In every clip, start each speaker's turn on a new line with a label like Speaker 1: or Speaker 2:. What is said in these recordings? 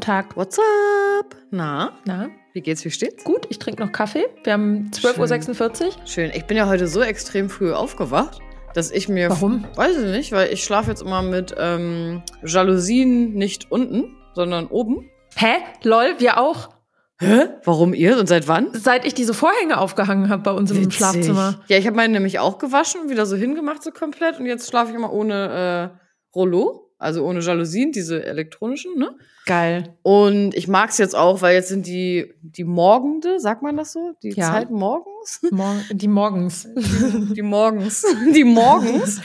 Speaker 1: Tag.
Speaker 2: What's up? Na,
Speaker 1: Na,
Speaker 2: wie geht's, wie steht's?
Speaker 1: gut, ich trinke noch Kaffee. Wir haben 12.46 Uhr.
Speaker 2: Schön. Ich bin ja heute so extrem früh aufgewacht, dass ich mir.
Speaker 1: Warum?
Speaker 2: Weiß ich nicht, weil ich schlafe jetzt immer mit ähm, Jalousien nicht unten, sondern oben.
Speaker 1: Hä? Lol, wir auch.
Speaker 2: Hä? Warum ihr? Und seit wann?
Speaker 1: Seit ich diese Vorhänge aufgehangen habe bei uns im
Speaker 2: Witzig.
Speaker 1: Schlafzimmer.
Speaker 2: Ja, ich habe meine nämlich auch gewaschen und wieder so hingemacht, so komplett. Und jetzt schlafe ich immer ohne äh, Rollo, also ohne Jalousien, diese elektronischen, ne?
Speaker 1: Geil.
Speaker 2: Und ich mag's jetzt auch, weil jetzt sind die, die Morgende, sagt man das so? Die
Speaker 1: Ja.
Speaker 2: Zeit morgens?
Speaker 1: Mor die morgens. Oh,
Speaker 2: Die Morgens. Die Morgens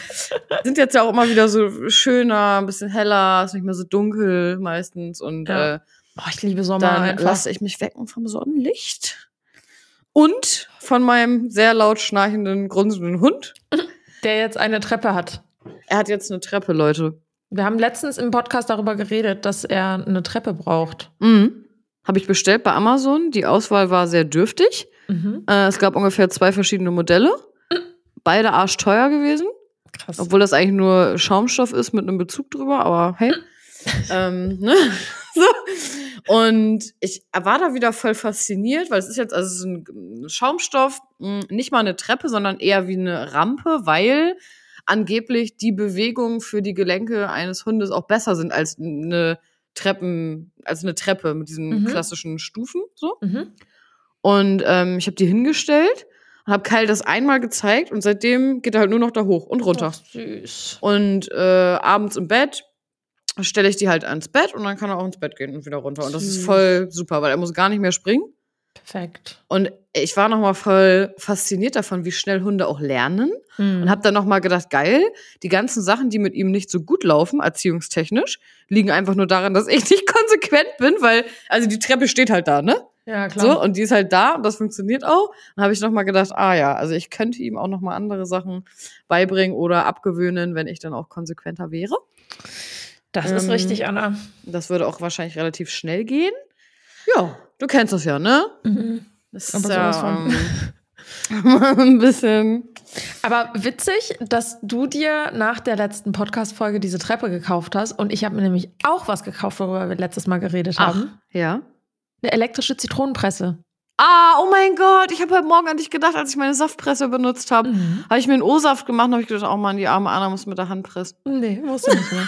Speaker 2: sind jetzt ja auch immer wieder so schöner, ein bisschen heller, ist nicht mehr so dunkel meistens. Und
Speaker 1: Ja.
Speaker 2: äh,
Speaker 1: Oh, ich liebe Sommer
Speaker 2: dann
Speaker 1: einfach.
Speaker 2: lasse ich mich wecken vom Sonnenlicht und von meinem sehr laut schnarchenden, grunzenden Hund.
Speaker 1: Der jetzt eine Treppe hat.
Speaker 2: Er hat jetzt eine Treppe, Leute.
Speaker 1: Wir haben letztens im Podcast darüber geredet, dass er eine Treppe braucht.
Speaker 2: Mhm. Habe ich bestellt bei Amazon. Die Auswahl war sehr dürftig.
Speaker 1: Mhm.
Speaker 2: Äh, es gab ungefähr zwei verschiedene Modelle. Beide arschteuer gewesen.
Speaker 1: Krass.
Speaker 2: Obwohl das eigentlich nur Schaumstoff ist mit einem Bezug drüber, aber hey. ähm, ne? so. Und ich war da wieder voll fasziniert, weil es ist jetzt also es ist ein Schaumstoff, mh, nicht mal eine Treppe, sondern eher wie eine Rampe, weil angeblich die Bewegungen für die Gelenke eines Hundes auch besser sind als eine Treppen, als eine Treppe mit diesen
Speaker 1: Mhm.
Speaker 2: klassischen Stufen. So.
Speaker 1: mhm.
Speaker 2: Und ähm, ich habe die hingestellt und habe Kyle das einmal gezeigt und seitdem geht er halt nur noch da hoch und runter.
Speaker 1: Ach, süß.
Speaker 2: Und äh, abends im Bett stelle ich die halt ans Bett und dann kann er auch ins Bett gehen und wieder runter. Und das ist
Speaker 1: Süß.
Speaker 2: voll super, weil er muss gar nicht mehr springen.
Speaker 1: Perfekt.
Speaker 2: Und ich war nochmal voll fasziniert davon, wie schnell Hunde auch lernen.
Speaker 1: Mhm.
Speaker 2: Und habe dann nochmal gedacht, geil, die ganzen Sachen, die mit ihm nicht so gut laufen, erziehungstechnisch, liegen einfach nur daran, dass ich nicht konsequent bin, weil, also die Treppe steht halt da, ne?
Speaker 1: ja, klar.
Speaker 2: So, und die ist halt da und das funktioniert auch. Dann habe ich nochmal gedacht, ah ja, also ich könnte ihm auch nochmal andere Sachen beibringen oder abgewöhnen, wenn ich dann auch konsequenter wäre.
Speaker 1: das
Speaker 2: ähm,
Speaker 1: ist richtig, Anna.
Speaker 2: Das würde auch wahrscheinlich relativ schnell gehen. Ja, du kennst das ja, ne?
Speaker 1: Mhm.
Speaker 2: Das
Speaker 1: Aber
Speaker 2: ist
Speaker 1: sowas von.
Speaker 2: ja ähm, ein bisschen.
Speaker 1: Aber witzig, dass du dir nach der letzten Podcast-Folge diese Treppe gekauft hast und ich habe mir nämlich auch was gekauft, worüber wir letztes Mal geredet haben.
Speaker 2: Ja.
Speaker 1: Eine elektrische Zitronenpresse.
Speaker 2: Ah, oh mein Gott, ich habe heute Morgen an dich gedacht, als ich meine Saftpresse benutzt habe.
Speaker 1: Mhm.
Speaker 2: Habe ich mir einen O-Saft gemacht und habe ich gedacht, oh Mann, die arme Anna muss mit der Hand pressen.
Speaker 1: Nee, wusste nicht mehr.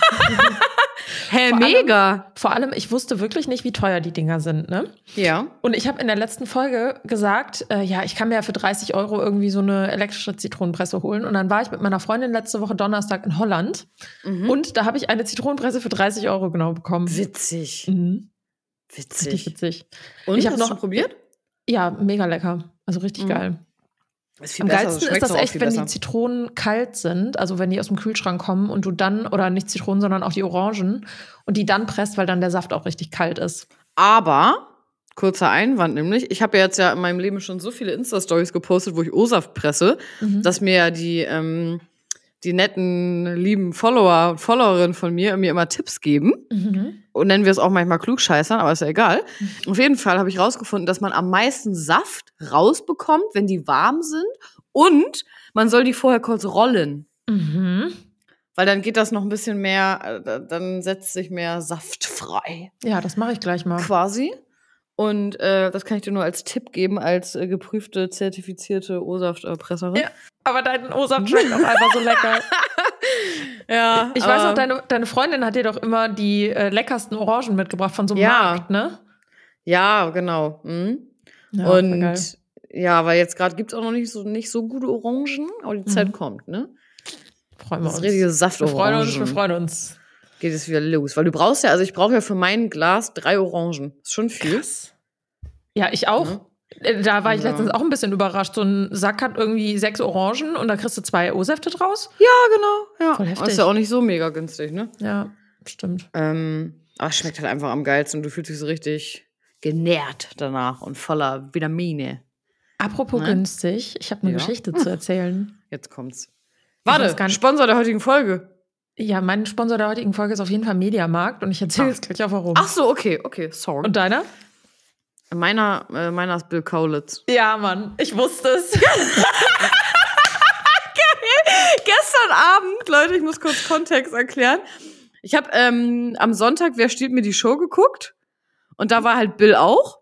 Speaker 2: Hä,
Speaker 1: Vor allem-
Speaker 2: mega.
Speaker 1: Vor allem, ich wusste wirklich nicht, wie teuer die Dinger sind, ne?
Speaker 2: Ja.
Speaker 1: Und ich habe in der letzten Folge gesagt, äh, ja, ich kann mir ja für 30 Euro irgendwie so eine elektrische Zitronenpresse holen. Und dann war ich mit meiner Freundin letzte Woche Donnerstag in Holland
Speaker 2: Mhm.
Speaker 1: und da habe ich eine Zitronenpresse für 30 Euro genau bekommen.
Speaker 2: witzig.
Speaker 1: Mhm. Richtig
Speaker 2: Witzig.
Speaker 1: witzig.
Speaker 2: Und
Speaker 1: Ich
Speaker 2: ich
Speaker 1: hab
Speaker 2: habe
Speaker 1: noch-
Speaker 2: noch probiert.
Speaker 1: Ja, mega lecker. Also richtig
Speaker 2: Mhm.
Speaker 1: geil.
Speaker 2: Ist
Speaker 1: Am geilsten ist
Speaker 2: schmeckt
Speaker 1: das
Speaker 2: doch auch
Speaker 1: echt,
Speaker 2: viel
Speaker 1: wenn
Speaker 2: besser.
Speaker 1: die Zitronen kalt sind, also wenn die aus dem Kühlschrank kommen und du dann, oder nicht Zitronen, sondern auch die Orangen und die dann presst, weil dann der Saft auch richtig kalt ist.
Speaker 2: Aber, kurzer Einwand nämlich, ich habe ja jetzt ja in meinem Leben schon so viele Insta-Stories gepostet, wo ich O-Saft presse,
Speaker 1: Mhm.
Speaker 2: dass mir ja die, ähm, die netten, lieben Follower und Followerinnen von mir mir immer Tipps geben.
Speaker 1: Mhm.
Speaker 2: Und nennen wir es auch manchmal Klugscheißern, aber ist ja egal. Auf jeden Fall habe ich rausgefunden, dass man am meisten Saft rausbekommt, wenn die warm sind. Und man soll die vorher kurz rollen.
Speaker 1: Mhm.
Speaker 2: Weil dann geht das noch ein bisschen mehr, äh, dann setzt sich mehr Saft frei.
Speaker 1: Ja, das mache ich gleich mal.
Speaker 2: quasi. Und äh, das kann ich dir nur als Tipp geben, als äh, geprüfte, zertifizierte O-Saft-Presserin.
Speaker 1: Ja. Aber dein O-Saft schmeckt auch einfach so lecker.
Speaker 2: ja
Speaker 1: Ich weiß noch, deine, deine Freundin hat dir doch immer die äh, leckersten Orangen mitgebracht von so einem
Speaker 2: Ja.
Speaker 1: Markt, ne?
Speaker 2: Ja, genau. Mhm.
Speaker 1: Ja, voll geil.
Speaker 2: Und ja, weil jetzt gerade gibt's auch noch nicht so, nicht so gute Orangen, aber die
Speaker 1: Mhm.
Speaker 2: Zeit kommt, ne?
Speaker 1: freuen wir
Speaker 2: Das ist
Speaker 1: uns.
Speaker 2: richtige
Speaker 1: wir freuen uns, wir
Speaker 2: Saftorangen.
Speaker 1: freuen uns.
Speaker 2: Geht es wieder los. Weil du brauchst ja, also ich brauche ja für mein Glas drei Orangen. Ist schon viel.
Speaker 1: Krass. Ja, ich auch.
Speaker 2: Ne?
Speaker 1: Äh, Da war ich
Speaker 2: Ja.
Speaker 1: letztens auch ein bisschen überrascht. So ein Sack hat irgendwie sechs Orangen und da kriegst du zwei O-Säfte draus.
Speaker 2: Ja, genau. Ja.
Speaker 1: Voll heftig.
Speaker 2: Ist ja auch nicht so mega günstig, ne?
Speaker 1: Ja, stimmt.
Speaker 2: Ähm, aber es schmeckt halt einfach am geilsten und du fühlst dich so richtig genährt danach und voller Vitamine.
Speaker 1: Apropos
Speaker 2: Ne?
Speaker 1: günstig, ich habe eine
Speaker 2: Ja.
Speaker 1: Geschichte zu erzählen.
Speaker 2: Jetzt kommt's.
Speaker 1: weiß gar
Speaker 2: Warte,
Speaker 1: nicht-
Speaker 2: Sponsor der heutigen Folge.
Speaker 1: Ja, mein Sponsor der heutigen Folge ist auf jeden Fall Mediamarkt und ich erzähle
Speaker 2: Ah.
Speaker 1: jetzt gleich auch warum.
Speaker 2: Ach so, okay, okay, sorry.
Speaker 1: Und deiner?
Speaker 2: meiner, äh, meiner ist Bill Kaulitz.
Speaker 1: Ja, Mann, ich wusste es.
Speaker 2: Gestern Abend, Leute, ich muss kurz Kontext erklären. Ich habe ähm, am Sonntag Wer steht mir die Show geguckt Und da war halt Bill auch.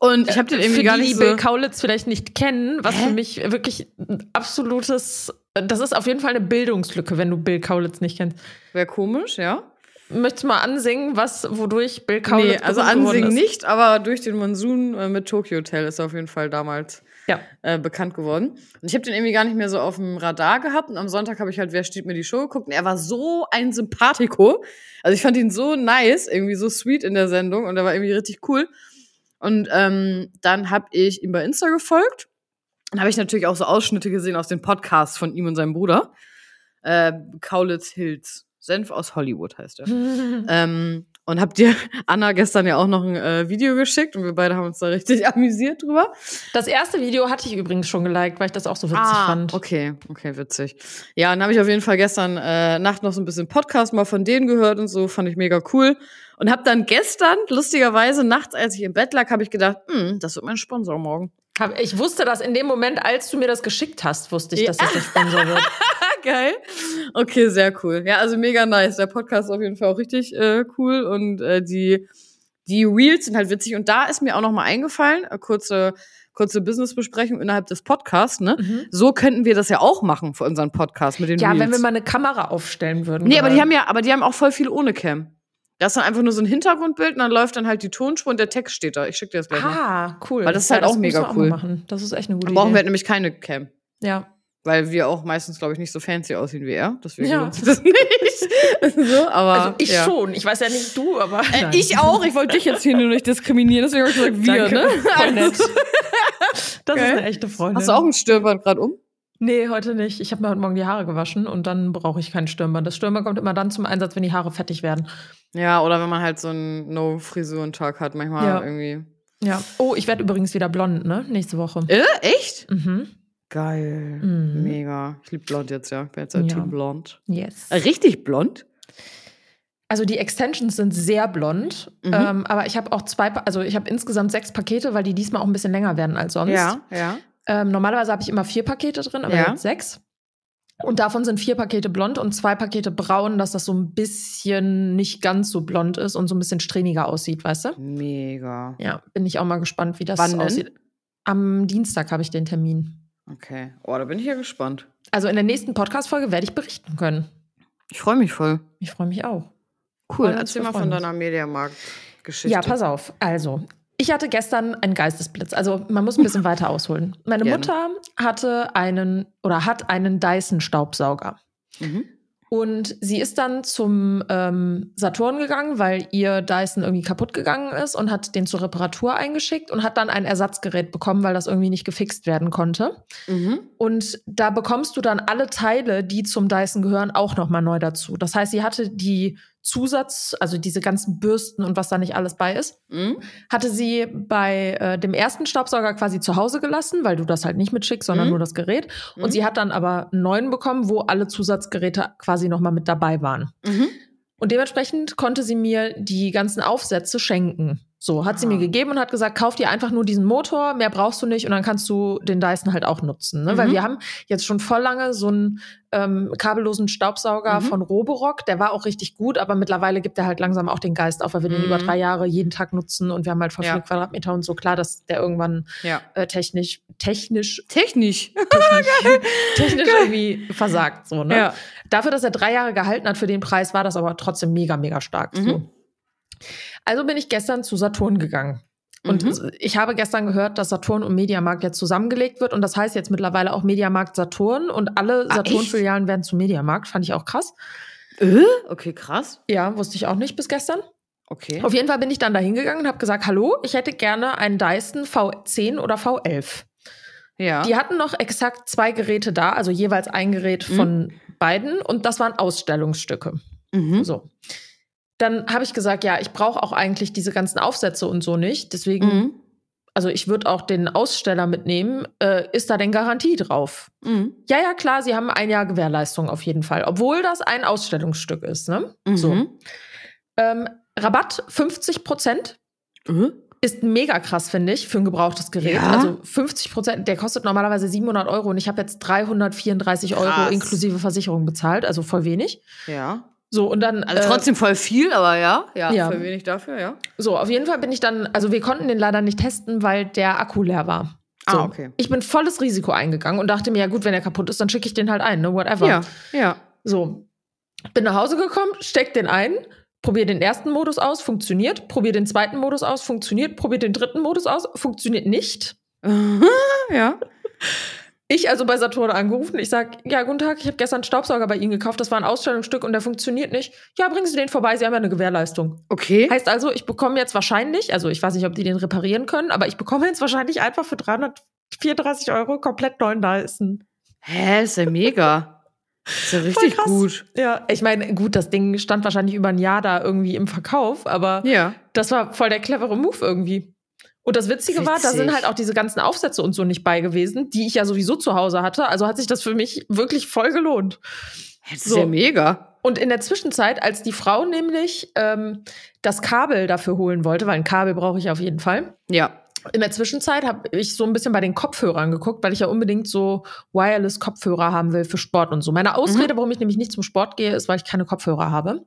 Speaker 2: Und ich habe den irgendwie
Speaker 1: Für
Speaker 2: gar
Speaker 1: die,
Speaker 2: nicht
Speaker 1: die Bill
Speaker 2: so.
Speaker 1: Kaulitz vielleicht nicht kennen, was
Speaker 2: Hä?
Speaker 1: für mich wirklich ein absolutes, das ist auf jeden Fall eine Bildungslücke, wenn du Bill Kaulitz nicht kennst.
Speaker 2: Wäre komisch, ja.
Speaker 1: Möchtest du mal ansingen, was, wodurch Bill Kaulitz
Speaker 2: Nee, also
Speaker 1: berühmt geworden
Speaker 2: ansingen
Speaker 1: ist?
Speaker 2: nicht, aber durch den Monsun äh, mit Tokyo Hotel ist er auf jeden Fall damals
Speaker 1: Ja.
Speaker 2: äh, bekannt geworden. Und ich habe den irgendwie gar nicht mehr so auf dem Radar gehabt. Und am Sonntag habe ich halt Wer steht mir die Show geguckt. Und er war so ein Sympathiko. Also ich fand ihn so nice, irgendwie so sweet in der Sendung. Und er war irgendwie richtig cool. Und ähm, dann habe ich ihm bei Insta gefolgt. Dann habe ich natürlich auch so Ausschnitte gesehen aus den Podcasts von ihm und seinem Bruder. Äh, Kaulitz Hills. Senf aus Hollywood heißt er. Ähm, und hab dir, Anna, gestern ja auch noch ein äh, Video geschickt und wir beide haben uns da richtig amüsiert drüber.
Speaker 1: Das erste Video hatte ich übrigens schon geliked, weil ich das auch so witzig
Speaker 2: Ah,
Speaker 1: fand.
Speaker 2: Okay, okay, witzig. Ja, und dann habe ich auf jeden Fall gestern äh, Nacht noch so ein bisschen Podcast mal von denen gehört und so, fand ich mega cool. Und hab dann gestern, lustigerweise, nachts, als ich im Bett lag, habe ich gedacht, hm, das wird mein Sponsor morgen.
Speaker 1: Hab- Ich wusste das in dem Moment, als du mir das geschickt hast, wusste ich, dass das der Sponsor wird.
Speaker 2: Ah, geil. Okay, sehr cool. Ja, also mega nice. Der Podcast ist auf jeden Fall auch richtig äh, cool und äh, die, die Reels sind halt witzig. Und da ist mir auch nochmal eingefallen, äh, kurze, kurze Business-Besprechung innerhalb des Podcasts, ne?
Speaker 1: Mhm.
Speaker 2: So könnten wir das ja auch machen für unseren Podcast mit den
Speaker 1: Ja,
Speaker 2: Reels.
Speaker 1: wenn wir mal eine Kamera aufstellen würden.
Speaker 2: nee, aber die
Speaker 1: gerade.
Speaker 2: haben ja, aber die haben auch voll viel ohne Cam. Das ist dann einfach nur so ein Hintergrundbild und dann läuft dann halt die Tonspur und der Text steht da. Ich schick dir das gleich mal.
Speaker 1: Ah, cool.
Speaker 2: Weil das ist halt auch
Speaker 1: müssen wir
Speaker 2: mega cool.
Speaker 1: mal machen. Das ist echt eine gute
Speaker 2: Dann brauchen wir
Speaker 1: Idee.
Speaker 2: halt nämlich keine Cam.
Speaker 1: ja.
Speaker 2: Weil wir auch meistens, glaube ich, nicht so fancy aussehen wie er. Deswegen
Speaker 1: Ja.
Speaker 2: lohnt sich das nicht. so, aber.
Speaker 1: Also ich
Speaker 2: Ah, ja.
Speaker 1: schon. Ich weiß ja nicht du, aber. Nein.
Speaker 2: Äh, ich auch. Ich wollte dich jetzt hier nur nicht diskriminieren. Deswegen habe ich gesagt, wir,
Speaker 1: Danke.
Speaker 2: ne?
Speaker 1: Voll nett. Das ist
Speaker 2: Geil.
Speaker 1: eine echte Freundin.
Speaker 2: Hast du auch ein Stirnband gerade um?
Speaker 1: Nee, heute nicht. Ich habe mir heute Morgen die Haare gewaschen und dann brauche ich keinen Stürmer. Das Stürmer kommt immer dann zum Einsatz, wenn die Haare fettig werden.
Speaker 2: Ja, oder wenn man halt so einen No-Frisuren-Tag hat, manchmal
Speaker 1: Ja.
Speaker 2: irgendwie.
Speaker 1: Ja. Oh, ich werde übrigens wieder blond, ne? Nächste Woche.
Speaker 2: Äh, echt?
Speaker 1: Mhm.
Speaker 2: Geil.
Speaker 1: Mhm.
Speaker 2: Mega. Ich liebe blond jetzt, ja. Ich bin jetzt ein
Speaker 1: Ja.
Speaker 2: Team blond.
Speaker 1: Yes.
Speaker 2: Äh, Richtig blond?
Speaker 1: Also die Extensions sind sehr blond,
Speaker 2: Mhm.
Speaker 1: ähm, aber ich habe auch zwei, Pa- also ich habe insgesamt sechs Pakete, weil die diesmal auch ein bisschen länger werden als sonst.
Speaker 2: Ja, ja.
Speaker 1: Ähm, normalerweise habe ich immer vier Pakete drin, aber
Speaker 2: Ja.
Speaker 1: jetzt sechs. Und davon sind vier Pakete blond und zwei Pakete braun, dass das so ein bisschen nicht ganz so blond ist und so ein bisschen strähniger aussieht, weißt du?
Speaker 2: Mega.
Speaker 1: Ja, bin ich auch mal gespannt, wie das
Speaker 2: Wann denn?
Speaker 1: aussieht. Am Dienstag habe ich den Termin.
Speaker 2: Okay. Oh, da bin ich ja gespannt.
Speaker 1: Also in der nächsten Podcast-Folge werde ich berichten können.
Speaker 2: Ich freue mich voll.
Speaker 1: Ich freue mich auch.
Speaker 2: Cool.
Speaker 1: Voll,
Speaker 2: Erzähl
Speaker 1: wir
Speaker 2: mal
Speaker 1: freuen
Speaker 2: von
Speaker 1: uns.
Speaker 2: deiner Mediamarkt-Geschichte.
Speaker 1: Ja, pass auf. Also, ich hatte gestern einen Geistesblitz. Also, man muss ein bisschen weiter ausholen. Meine
Speaker 2: Gerne.
Speaker 1: Mutter hatte einen oder hat einen Dyson-Staubsauger.
Speaker 2: Mhm.
Speaker 1: Und sie ist dann zum ähm, Saturn gegangen, weil ihr Dyson irgendwie kaputt gegangen ist und hat den zur Reparatur eingeschickt und hat dann ein Ersatzgerät bekommen, weil das irgendwie nicht gefixt werden konnte.
Speaker 2: Mhm.
Speaker 1: Und da bekommst du dann alle Teile, die zum Dyson gehören, auch nochmal neu dazu. Das heißt, sie hatte die Zusatz, also diese ganzen Bürsten und was da nicht alles bei ist
Speaker 2: Mhm.
Speaker 1: hatte sie bei äh, dem ersten Staubsauger quasi zu Hause gelassen, weil du das halt nicht mitschickst, sondern
Speaker 2: Mhm.
Speaker 1: nur das Gerät. Und
Speaker 2: Mhm.
Speaker 1: sie hat dann aber einen neuen bekommen, wo alle Zusatzgeräte quasi nochmal mit dabei waren.
Speaker 2: Mhm.
Speaker 1: Und dementsprechend konnte sie mir die ganzen Aufsätze schenken. So, hat sie
Speaker 2: Ah.
Speaker 1: mir gegeben und hat gesagt, kauf dir einfach nur diesen Motor, mehr brauchst du nicht und dann kannst du den Dyson halt auch nutzen. Ne?
Speaker 2: Mhm.
Speaker 1: Weil wir haben jetzt schon voll lange so einen ähm, kabellosen Staubsauger
Speaker 2: Mhm.
Speaker 1: von Roborock, der war auch richtig gut, aber mittlerweile gibt er halt langsam auch den Geist auf, weil wir den
Speaker 2: Mhm.
Speaker 1: über drei Jahre jeden Tag nutzen und wir haben halt voll
Speaker 2: Ja.
Speaker 1: viele Quadratmeter und so. Klar, dass der irgendwann
Speaker 2: Ja.
Speaker 1: äh, technisch, technisch,
Speaker 2: Technisch.
Speaker 1: technisch, technisch irgendwie versagt. So, ne?
Speaker 2: Ja.
Speaker 1: Dafür, dass er drei Jahre gehalten hat für den Preis, war das aber trotzdem mega, mega stark.
Speaker 2: Mhm.
Speaker 1: So. Also bin ich gestern zu Saturn gegangen. Und
Speaker 2: Mhm.
Speaker 1: ich habe gestern gehört, dass Saturn und Mediamarkt jetzt zusammengelegt wird. Und das heißt jetzt mittlerweile auch Mediamarkt Saturn. Und alle
Speaker 2: Ah,
Speaker 1: Saturn-Filialen werden zu Mediamarkt. Fand ich auch krass.
Speaker 2: Äh? Okay, krass.
Speaker 1: Ja, wusste ich auch nicht bis gestern.
Speaker 2: Okay.
Speaker 1: Auf jeden Fall bin ich dann da hingegangen und habe gesagt, hallo, ich hätte gerne einen Dyson V10 oder V11.
Speaker 2: Ja.
Speaker 1: Die hatten noch exakt zwei Geräte da, also jeweils ein Gerät
Speaker 2: Mhm.
Speaker 1: von beiden. Und das waren Ausstellungsstücke.
Speaker 2: mhm.
Speaker 1: So. Dann habe ich gesagt, ja, ich brauche auch eigentlich diese ganzen Aufsätze und so nicht. Deswegen,
Speaker 2: Mhm.
Speaker 1: also ich würde auch den Aussteller mitnehmen. Äh, ist da denn Garantie drauf?
Speaker 2: Mhm.
Speaker 1: Ja, ja, klar, sie haben ein Jahr Gewährleistung auf jeden Fall, obwohl das ein Ausstellungsstück ist. Ne? So.
Speaker 2: Mhm.
Speaker 1: Ähm, Rabatt 50 Prozent
Speaker 2: Äh?
Speaker 1: ist mega krass, finde ich, für ein gebrauchtes Gerät.
Speaker 2: Ja.
Speaker 1: Also 50 Prozent, der kostet normalerweise 700 Euro und ich habe jetzt 334
Speaker 2: Krass.
Speaker 1: Euro inklusive Versicherung bezahlt, also voll wenig.
Speaker 2: Ja.
Speaker 1: So, und dann.
Speaker 2: Also
Speaker 1: äh,
Speaker 2: trotzdem voll viel, aber ja, ja,
Speaker 1: Ja.
Speaker 2: für wenig dafür, ja.
Speaker 1: So, auf jeden Fall bin ich dann, also wir konnten den leider nicht testen, weil der Akku leer war. So.
Speaker 2: Ah, okay.
Speaker 1: Ich bin volles Risiko eingegangen und dachte mir, ja gut, wenn er kaputt ist, dann schicke ich den halt ein, ne, whatever.
Speaker 2: Ja, ja.
Speaker 1: So, bin nach Hause gekommen, steck den ein, probier den ersten Modus aus, funktioniert, probier den zweiten Modus aus, funktioniert, probier den dritten Modus aus, funktioniert nicht.
Speaker 2: ja.
Speaker 1: Ich also bei Saturn angerufen, ich sag, ja, guten Tag, ich habe gestern einen Staubsauger bei Ihnen gekauft, das war ein Ausstellungsstück und der funktioniert nicht. Ja, bringen Sie den vorbei, Sie haben ja eine Gewährleistung.
Speaker 2: Okay.
Speaker 1: Heißt also, ich bekomme jetzt wahrscheinlich, also ich weiß nicht, ob die den reparieren können, aber ich bekomme jetzt wahrscheinlich einfach für 334 Euro komplett neuen Dyson.
Speaker 2: Hä, ist ja mega. Ist ja richtig
Speaker 1: krass.
Speaker 2: gut.
Speaker 1: Ja, ich meine, gut, das Ding stand wahrscheinlich über ein Jahr da irgendwie im Verkauf, aber
Speaker 2: Ja.
Speaker 1: das war voll der clevere Move irgendwie. Und das Witzige war, da sind
Speaker 2: Witzig.
Speaker 1: halt auch diese ganzen Aufsätze und so nicht bei gewesen, die ich ja sowieso zu Hause hatte. Also hat sich das für mich wirklich voll gelohnt.
Speaker 2: Hä, das
Speaker 1: So.
Speaker 2: ist ja mega.
Speaker 1: Und in der Zwischenzeit, als die Frau nämlich ähm, das Kabel dafür holen wollte, weil ein Kabel brauche ich auf jeden Fall,
Speaker 2: Ja.
Speaker 1: in der Zwischenzeit habe ich so ein bisschen bei den Kopfhörern geguckt, weil ich ja unbedingt so Wireless-Kopfhörer haben will für Sport und so. Meine Ausrede, warum ich nämlich nicht zum Sport gehe, ist, weil ich keine Kopfhörer habe.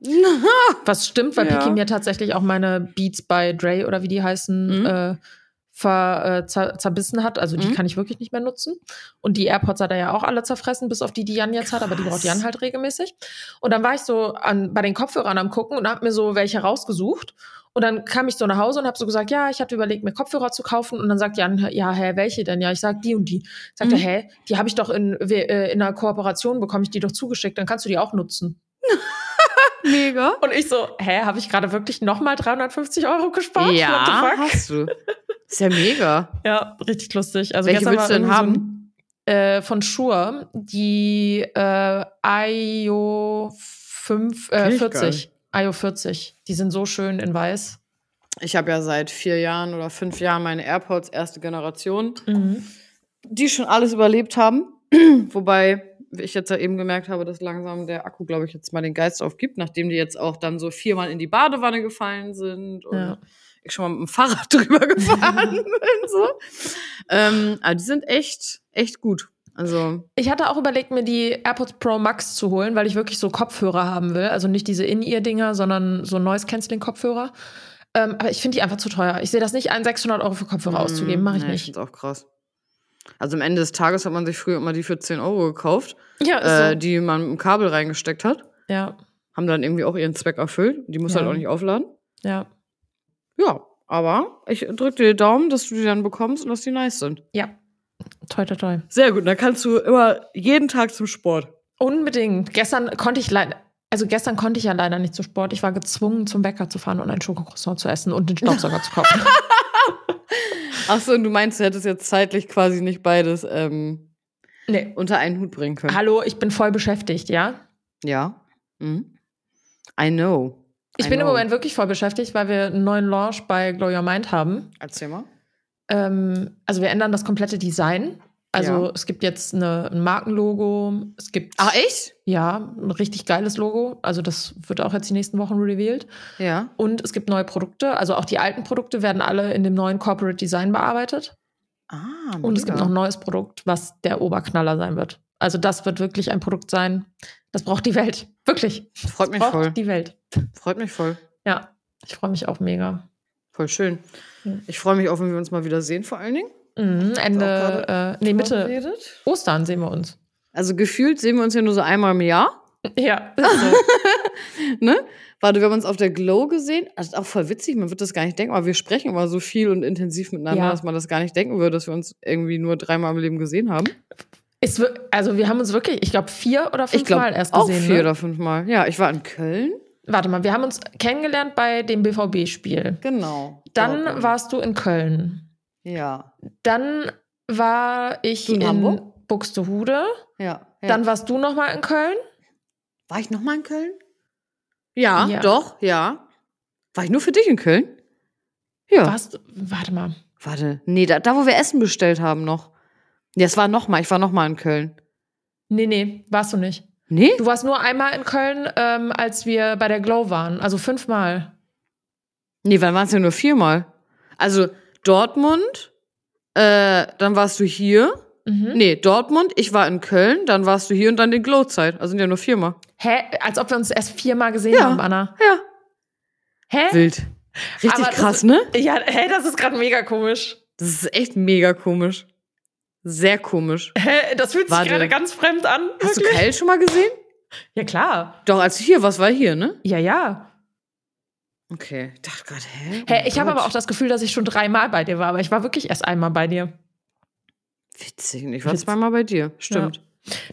Speaker 1: Was stimmt, weil
Speaker 2: Ja.
Speaker 1: Piki mir tatsächlich auch meine Beats bei Dre oder wie die heißen,
Speaker 2: Mhm.
Speaker 1: äh, ver, äh, zer, zerbissen hat. Also die
Speaker 2: Mhm.
Speaker 1: kann ich wirklich nicht mehr nutzen. Und die AirPods hat er ja auch alle zerfressen, bis auf die, die Jan jetzt hat, aber die braucht
Speaker 2: Krass.
Speaker 1: Jan halt regelmäßig. Und dann war ich so an, bei den Kopfhörern am gucken und habe mir so welche rausgesucht. Und dann kam ich so nach Hause und habe so gesagt, ja, ich hatte überlegt, mir Kopfhörer zu kaufen. Und dann sagt Jan, ja, hä, welche denn? Ja, ich sag die und die. Sagt er,
Speaker 2: Mhm.
Speaker 1: hä, die habe ich doch in, wir- äh, in einer Kooperation, bekomme ich die doch zugeschickt, dann kannst du die auch nutzen.
Speaker 2: Mega.
Speaker 1: Und ich so, hä, habe ich gerade wirklich nochmal 350 Euro gespart?
Speaker 2: Ja,
Speaker 1: What the fuck?
Speaker 2: hast du. Ist ja mega.
Speaker 1: Ja, richtig lustig. Also
Speaker 2: Welche
Speaker 1: gestern
Speaker 2: willst du
Speaker 1: war
Speaker 2: denn
Speaker 1: irgendwie so
Speaker 2: haben?
Speaker 1: ein- äh, von Schur, die äh, IO 5,
Speaker 2: Kenn
Speaker 1: äh,
Speaker 2: ich gar
Speaker 1: 40. IO 40. Die sind so schön in weiß.
Speaker 2: Ich habe ja seit vier Jahren oder fünf Jahren meine AirPods erste Generation,
Speaker 1: Mhm.
Speaker 2: die schon alles überlebt haben. Wobei ich jetzt ja eben gemerkt habe, dass langsam der Akku, glaube ich, jetzt mal den Geist aufgibt, nachdem die jetzt auch dann so viermal in die Badewanne gefallen sind und
Speaker 1: Ja.
Speaker 2: ich schon mal mit dem Fahrrad drüber gefahren bin. So. Ähm, aber die sind echt, echt gut. Also,
Speaker 1: Ich hatte auch überlegt, mir die AirPods Pro Max zu holen, weil ich wirklich so Kopfhörer haben will. Also nicht diese In-Ear-Dinger, sondern so Noise-Canceling-Kopfhörer. Ähm, aber ich finde die einfach zu teuer. Ich sehe das nicht ein, 600 Euro für Kopfhörer auszugeben. Mache ich
Speaker 2: mm, nee, Ich
Speaker 1: nicht.
Speaker 2: finde auch krass. Also am Ende des Tages hat man sich früher immer die für 10 Euro gekauft,
Speaker 1: Ja, ist
Speaker 2: äh,
Speaker 1: so.
Speaker 2: die man mit dem Kabel reingesteckt hat.
Speaker 1: ja,
Speaker 2: Haben dann irgendwie auch ihren Zweck erfüllt. Die muss
Speaker 1: Ja.
Speaker 2: halt auch nicht aufladen.
Speaker 1: ja.
Speaker 2: Ja, aber ich drücke dir die Daumen, dass du die dann bekommst und dass die nice sind.
Speaker 1: Ja. Toi, toi, toi.
Speaker 2: Sehr gut, dann kannst du immer jeden Tag zum Sport.
Speaker 1: Unbedingt. Gestern konnte ich leider. Also gestern konnte ich ja leider nicht zum Sport. Ich war gezwungen, zum Bäcker zu fahren und ein Schokocroissant zu essen und den Staubsauger zu kaufen.
Speaker 2: Achso, und du meinst, du hättest jetzt zeitlich quasi nicht beides ähm,
Speaker 1: Nee.
Speaker 2: unter einen Hut bringen können.
Speaker 1: Hallo, ich bin voll beschäftigt, ja?
Speaker 2: Ja. Mhm. I know.
Speaker 1: Ich
Speaker 2: I
Speaker 1: bin im
Speaker 2: know.
Speaker 1: Moment wirklich voll beschäftigt, weil wir einen neuen Launch bei Glow Your Mind haben.
Speaker 2: Erzähl mal.
Speaker 1: Ähm, also wir ändern das komplette Design. Also
Speaker 2: Ja. Ah,
Speaker 1: es gibt jetzt eine, ein Markenlogo, es gibt
Speaker 2: Ach, echt?
Speaker 1: ja ein richtig geiles Logo. Also das wird auch jetzt die nächsten Wochen revealed.
Speaker 2: Ja.
Speaker 1: Und es gibt neue Produkte. Also auch die alten Produkte werden alle in dem neuen Corporate Design bearbeitet.
Speaker 2: Ah,
Speaker 1: Oh, Und es
Speaker 2: mega.
Speaker 1: gibt noch ein neues Produkt, was der Oberknaller sein wird. Also das wird wirklich ein Produkt sein. Das braucht die Welt. Wirklich.
Speaker 2: Freut mich
Speaker 1: braucht
Speaker 2: voll.
Speaker 1: die Welt.
Speaker 2: Freut mich voll.
Speaker 1: Ja, ich freue mich auch mega.
Speaker 2: Voll schön.
Speaker 1: Ja.
Speaker 2: Ich freue mich auch, wenn wir uns mal wieder sehen, vor allen Dingen.
Speaker 1: Mhm, Ende,
Speaker 2: gerade
Speaker 1: äh, nee, Mitte
Speaker 2: Redet.
Speaker 1: Ostern sehen wir uns.
Speaker 2: Also gefühlt sehen wir uns ja nur so einmal im Jahr.
Speaker 1: Ja, ist so.
Speaker 2: ne? Warte, wir haben uns auf der Glow gesehen. Das ist auch voll witzig, man wird das gar nicht denken, aber wir sprechen immer so viel und intensiv miteinander,
Speaker 1: Ja.
Speaker 2: dass man das gar nicht denken würde, dass wir uns irgendwie nur dreimal im Leben gesehen haben.
Speaker 1: ist, wir- also wir haben uns wirklich, ich glaube, vier oder
Speaker 2: ich glaube,
Speaker 1: fünfmal erst
Speaker 2: auch
Speaker 1: gesehen.
Speaker 2: vier
Speaker 1: ne?
Speaker 2: oder fünfmal. Ja, ich war in Köln.
Speaker 1: Warte mal, wir haben uns kennengelernt bei dem BVB-Spiel.
Speaker 2: Genau.
Speaker 1: Dann
Speaker 2: Dortmund.
Speaker 1: warst du in Köln.
Speaker 2: Ja.
Speaker 1: Dann war ich
Speaker 2: Du in
Speaker 1: in,
Speaker 2: Hamburg?
Speaker 1: Buxtehude.
Speaker 2: Ja. ja.
Speaker 1: Dann warst du noch mal in Köln.
Speaker 2: war ich nochmal in Köln? Ja,
Speaker 1: Ja.
Speaker 2: doch, ja. War ich nur für dich in Köln? Ja.
Speaker 1: Warst, warte mal.
Speaker 2: Warte. Nee, da, da, wo wir Essen bestellt haben noch. Ja, es war nochmal. Ich war nochmal in Köln.
Speaker 1: Nee, nee, warst du nicht.
Speaker 2: Nee?
Speaker 1: Du warst nur einmal in Köln, ähm, als wir bei der Glow waren. Also fünfmal.
Speaker 2: Nee, wann waren es ja nur viermal? Also Dortmund, äh, dann warst du hier,
Speaker 1: Mhm.
Speaker 2: Nee, Dortmund, ich war in Köln, dann warst du hier und dann in Glowzeit. Also sind ja nur viermal.
Speaker 1: Hä? Als ob wir uns erst viermal gesehen
Speaker 2: Ja.
Speaker 1: haben, Anna.
Speaker 2: Ja.
Speaker 1: Hä?
Speaker 2: Wild. Richtig
Speaker 1: Aber das
Speaker 2: krass,
Speaker 1: ist-
Speaker 2: ne?
Speaker 1: Ja, hä, das ist gerade mega komisch.
Speaker 2: Das ist echt mega komisch. Sehr komisch.
Speaker 1: Hä, das fühlt sich
Speaker 2: Warte.
Speaker 1: gerade ganz fremd an.
Speaker 2: Hast du
Speaker 1: Wirklich?
Speaker 2: Kyle schon mal gesehen?
Speaker 1: Ja, klar.
Speaker 2: Doch, als du hier warst, war hier, ne?
Speaker 1: Ja, ja.
Speaker 2: Okay. Ich dachte gerade, hä? Oh
Speaker 1: Hä, ich habe aber auch
Speaker 2: das.
Speaker 1: das Gefühl, dass ich schon dreimal bei dir war, aber ich war wirklich erst einmal bei dir.
Speaker 2: Witzig. Ich war
Speaker 1: Witzig.
Speaker 2: zweimal bei dir. Stimmt.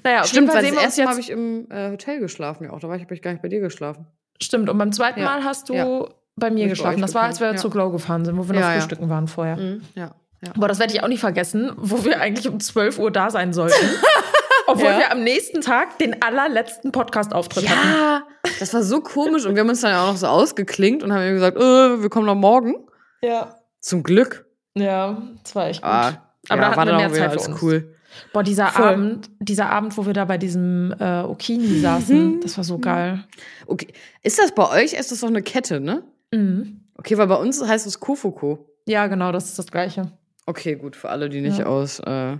Speaker 1: Naja, auf jeden
Speaker 2: Stimmt,
Speaker 1: Fall
Speaker 2: weil
Speaker 1: sehen
Speaker 2: das
Speaker 1: wir uns
Speaker 2: erste
Speaker 1: jetzt.
Speaker 2: Mal habe ich im äh, Hotel geschlafen. Ja, auch da war ich, habe ich gar nicht bei dir geschlafen.
Speaker 1: Stimmt, und beim zweiten
Speaker 2: Ja.
Speaker 1: Mal hast du
Speaker 2: Ja.
Speaker 1: bei mir
Speaker 2: Ich bei
Speaker 1: geschlafen.
Speaker 2: euch
Speaker 1: Das war, als wir
Speaker 2: gepennt, ja.
Speaker 1: zu Glow gefahren sind, wo wir
Speaker 2: Ja,
Speaker 1: noch
Speaker 2: ja.
Speaker 1: frühstücken waren vorher.
Speaker 2: Mhm. Ja. ja.
Speaker 1: Boah, das werde ich auch nicht vergessen, wo wir eigentlich um 12 Uhr da sein sollten. Obwohl
Speaker 2: Ja.
Speaker 1: wir am nächsten Tag den allerletzten Podcast-Auftritt hatten.
Speaker 2: Ja, das war so komisch. Und wir haben uns dann ja auch noch so ausgeklinkt und haben eben gesagt, äh, wir kommen noch morgen.
Speaker 1: Ja.
Speaker 2: Zum Glück.
Speaker 1: Ja, das war echt gut.
Speaker 2: Ah,
Speaker 1: Aber da hatten wir
Speaker 2: dann
Speaker 1: mehr
Speaker 2: auch wieder
Speaker 1: Zeit für
Speaker 2: alles
Speaker 1: uns.
Speaker 2: cool.
Speaker 1: Boah, dieser
Speaker 2: Voll.
Speaker 1: Abend, dieser Abend, wo wir da bei diesem äh, Okini saßen, das war so geil.
Speaker 2: Okay. Ist das bei euch? Ist das doch eine Kette, ne?
Speaker 1: Mhm.
Speaker 2: Okay, weil bei uns heißt es Kofoko.
Speaker 1: Ja, genau, das ist das Gleiche.
Speaker 2: Okay, gut, für alle, die nicht
Speaker 1: Ja.
Speaker 2: aus äh,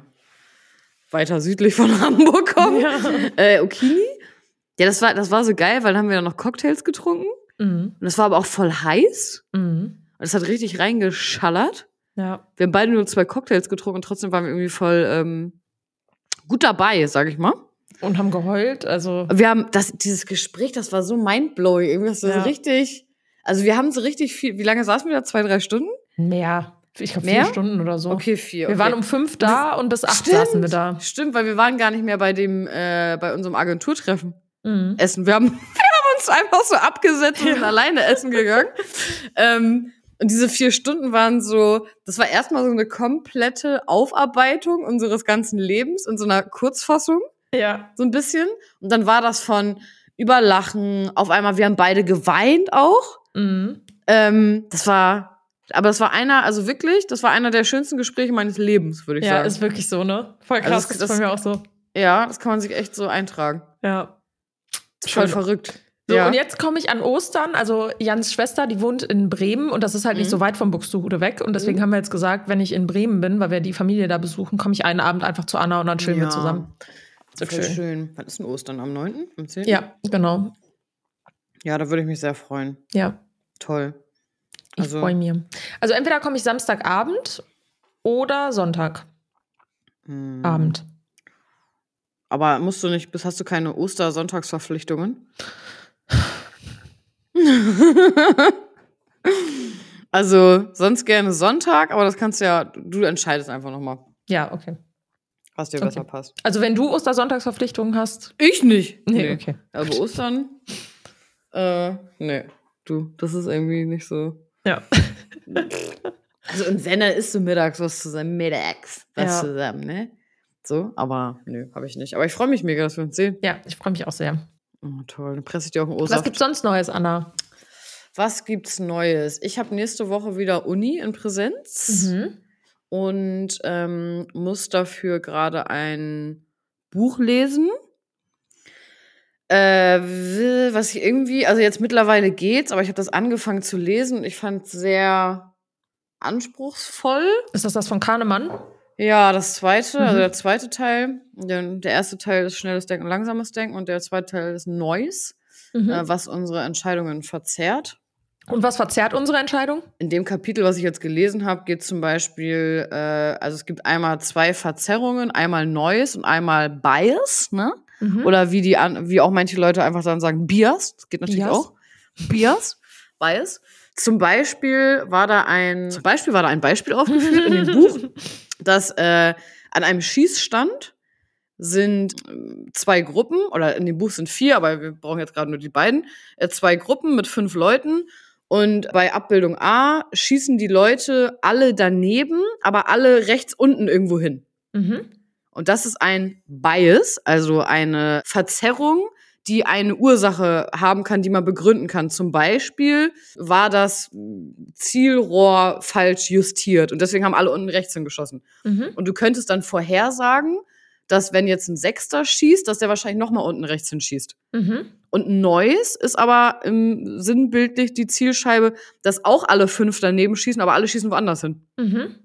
Speaker 2: weiter südlich von Hamburg kommen.
Speaker 1: Ja.
Speaker 2: Äh, Okini? Ja, das war, das war so geil, weil da haben wir dann noch Cocktails getrunken.
Speaker 1: Mhm.
Speaker 2: Und das war aber auch voll heiß.
Speaker 1: Mhm.
Speaker 2: Und es hat richtig reingeschallert.
Speaker 1: Ja.
Speaker 2: Wir haben beide nur zwei Cocktails getrunken und trotzdem waren wir irgendwie voll ähm, gut dabei, sag ich mal.
Speaker 1: Und haben geheult, also.
Speaker 2: Wir haben das, dieses Gespräch, das war so mindblowing. Irgendwie das war
Speaker 1: Ja.
Speaker 2: so richtig. Also wir haben so richtig viel. Wie lange saßen wir da? Zwei, drei Stunden?
Speaker 1: Mehr. Ich glaube,
Speaker 2: Mehr?
Speaker 1: vier Stunden oder so.
Speaker 2: Okay, vier.
Speaker 1: Wir
Speaker 2: okay.
Speaker 1: waren um fünf da und bis acht
Speaker 2: Stimmt.
Speaker 1: saßen wir da.
Speaker 2: Stimmt, weil wir waren gar nicht mehr bei dem, äh, bei unserem Agenturtreffen
Speaker 1: Mhm.
Speaker 2: essen. Wir haben, wir haben uns einfach so abgesetzt und sind alleine essen gegangen. ähm, und diese vier Stunden waren so, das war erstmal so eine komplette Aufarbeitung unseres ganzen Lebens in so einer Kurzfassung,
Speaker 1: Ja.
Speaker 2: so ein bisschen. Und dann war das von Überlachen, auf einmal, wir haben beide geweint auch.
Speaker 1: Mhm.
Speaker 2: Ähm, das war, aber das war einer, also wirklich, das war einer der schönsten Gespräche meines Lebens, würde ich
Speaker 1: Ja,
Speaker 2: sagen.
Speaker 1: ist wirklich so, ne? Voll
Speaker 2: Also
Speaker 1: krass,
Speaker 2: das-
Speaker 1: das ist bei
Speaker 2: das-
Speaker 1: mir auch so.
Speaker 2: ja, das kann man sich echt so eintragen.
Speaker 1: Ja.
Speaker 2: Voll
Speaker 1: Schön.
Speaker 2: verrückt.
Speaker 1: So,
Speaker 2: ja.
Speaker 1: und jetzt komme ich an Ostern. Also Jans Schwester, die wohnt in Bremen und das ist halt nicht
Speaker 2: Mhm.
Speaker 1: so weit von Buxtehude weg. Und deswegen
Speaker 2: Mhm.
Speaker 1: haben wir jetzt gesagt, wenn ich in Bremen bin, weil wir die Familie da besuchen, komme ich einen Abend einfach zu Anna und dann chillen wir
Speaker 2: Ja.
Speaker 1: zusammen. So
Speaker 2: Voll
Speaker 1: schön.
Speaker 2: schön. Wann ist denn Ostern? Am 9.? Am 10.?
Speaker 1: Ja, genau.
Speaker 2: Ja, da würde ich mich sehr freuen.
Speaker 1: Ja,
Speaker 2: Toll.
Speaker 1: ich
Speaker 2: Also-
Speaker 1: freue mich. Also entweder komme ich Samstagabend oder Sonntagabend.
Speaker 2: Hm.
Speaker 1: Mhm.
Speaker 2: Aber musst du nicht, bis hast du keine Ostersonntagsverpflichtungen? also, sonst gerne Sonntag, aber das kannst du ja, du entscheidest einfach nochmal,
Speaker 1: Ja, okay.
Speaker 2: was dir
Speaker 1: Okay.
Speaker 2: besser passt.
Speaker 1: Also wenn du Ostersonntagsverpflichtungen hast.
Speaker 2: Ich nicht.
Speaker 1: Nee, okay.
Speaker 2: Also Ostern, äh, nee. Du, das ist irgendwie nicht so.
Speaker 1: Ja.
Speaker 2: Also und wenn, dann isst du mittags was zusammen, mittags was
Speaker 1: Ja.
Speaker 2: zusammen, ne? So, aber nö, habe ich nicht. Aber ich freue mich mega, dass wir uns sehen.
Speaker 1: Ja, ich freue mich auch sehr.
Speaker 2: Oh, toll, dann presse ich dir auch einen
Speaker 1: Was
Speaker 2: Oster.
Speaker 1: gibt's sonst Neues, Anna?
Speaker 2: Was gibt's Neues? Ich habe nächste Woche wieder Uni in Präsenz
Speaker 1: Mhm.
Speaker 2: und ähm, muss dafür gerade ein Buch lesen. Äh, w- was ich irgendwie, also jetzt mittlerweile geht's, aber ich habe das angefangen zu lesen und ich fand sehr anspruchsvoll.
Speaker 1: Ist das das von Kahnemann?
Speaker 2: Ja, das zweite, also
Speaker 1: Mhm.
Speaker 2: der zweite Teil. Der, der erste Teil ist schnelles Denken, langsames Denken und der zweite Teil ist Neues,
Speaker 1: Mhm.
Speaker 2: äh, was unsere Entscheidungen verzerrt.
Speaker 1: Und was verzerrt unsere Entscheidung?
Speaker 2: In dem Kapitel, was ich jetzt gelesen habe, geht zum Beispiel, äh, also es gibt einmal zwei Verzerrungen, einmal Neues und einmal Bias, ne?
Speaker 1: Oder
Speaker 2: Oder wie die an, wie auch manche Leute einfach dann sagen, Bias, das geht natürlich
Speaker 1: Bias.
Speaker 2: auch. Bias, Bias. Zum Beispiel war da ein, zum Beispiel war da ein Beispiel aufgeführt in dem Buch, dass äh, an einem Schießstand sind ähm, zwei Gruppen, oder in dem Buch sind vier, aber wir brauchen jetzt gerade nur die beiden, äh, zwei Gruppen mit fünf Leuten. Und bei Abbildung A schießen die Leute alle daneben, aber alle rechts unten irgendwo hin.
Speaker 1: mhm.
Speaker 2: Und das ist ein Bias, also eine Verzerrung, die eine Ursache haben kann, die man begründen kann. Zum Beispiel war das Zielrohr falsch justiert und deswegen haben alle unten rechts hingeschossen.
Speaker 1: Mhm.
Speaker 2: Und du könntest dann vorhersagen, dass wenn jetzt ein Sechster schießt, dass der wahrscheinlich noch mal unten rechts hinschießt.
Speaker 1: Mhm.
Speaker 2: Und Neues ist aber im sinnbildlich die Zielscheibe, dass auch alle fünf daneben schießen, aber alle schießen woanders hin.
Speaker 1: Mhm.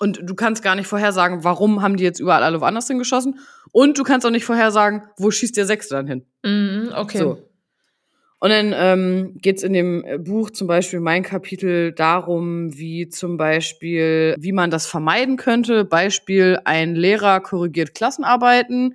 Speaker 2: Und du kannst gar nicht vorhersagen, warum haben die jetzt überall alle woanders hingeschossen. Und du kannst auch nicht vorhersagen, wo schießt der Sechste dann hin.
Speaker 1: Mhm, okay.
Speaker 2: So. Und dann ähm, geht's in dem äh, Buch zum Beispiel mein Kapitel darum, wie zum Beispiel, wie man das vermeiden könnte. Beispiel, ein Lehrer korrigiert Klassenarbeiten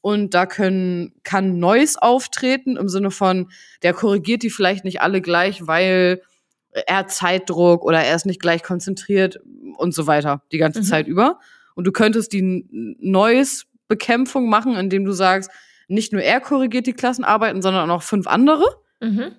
Speaker 2: und da können, kann Neues auftreten im Sinne von, der korrigiert die vielleicht nicht alle gleich, weil er hat Zeitdruck oder er ist nicht gleich konzentriert und so weiter die ganze
Speaker 1: Mhm.
Speaker 2: Zeit über. Und du könntest die N- Neues-Bekämpfung machen, indem du sagst, nicht nur er korrigiert die Klassenarbeiten, sondern auch noch fünf andere
Speaker 1: Mhm.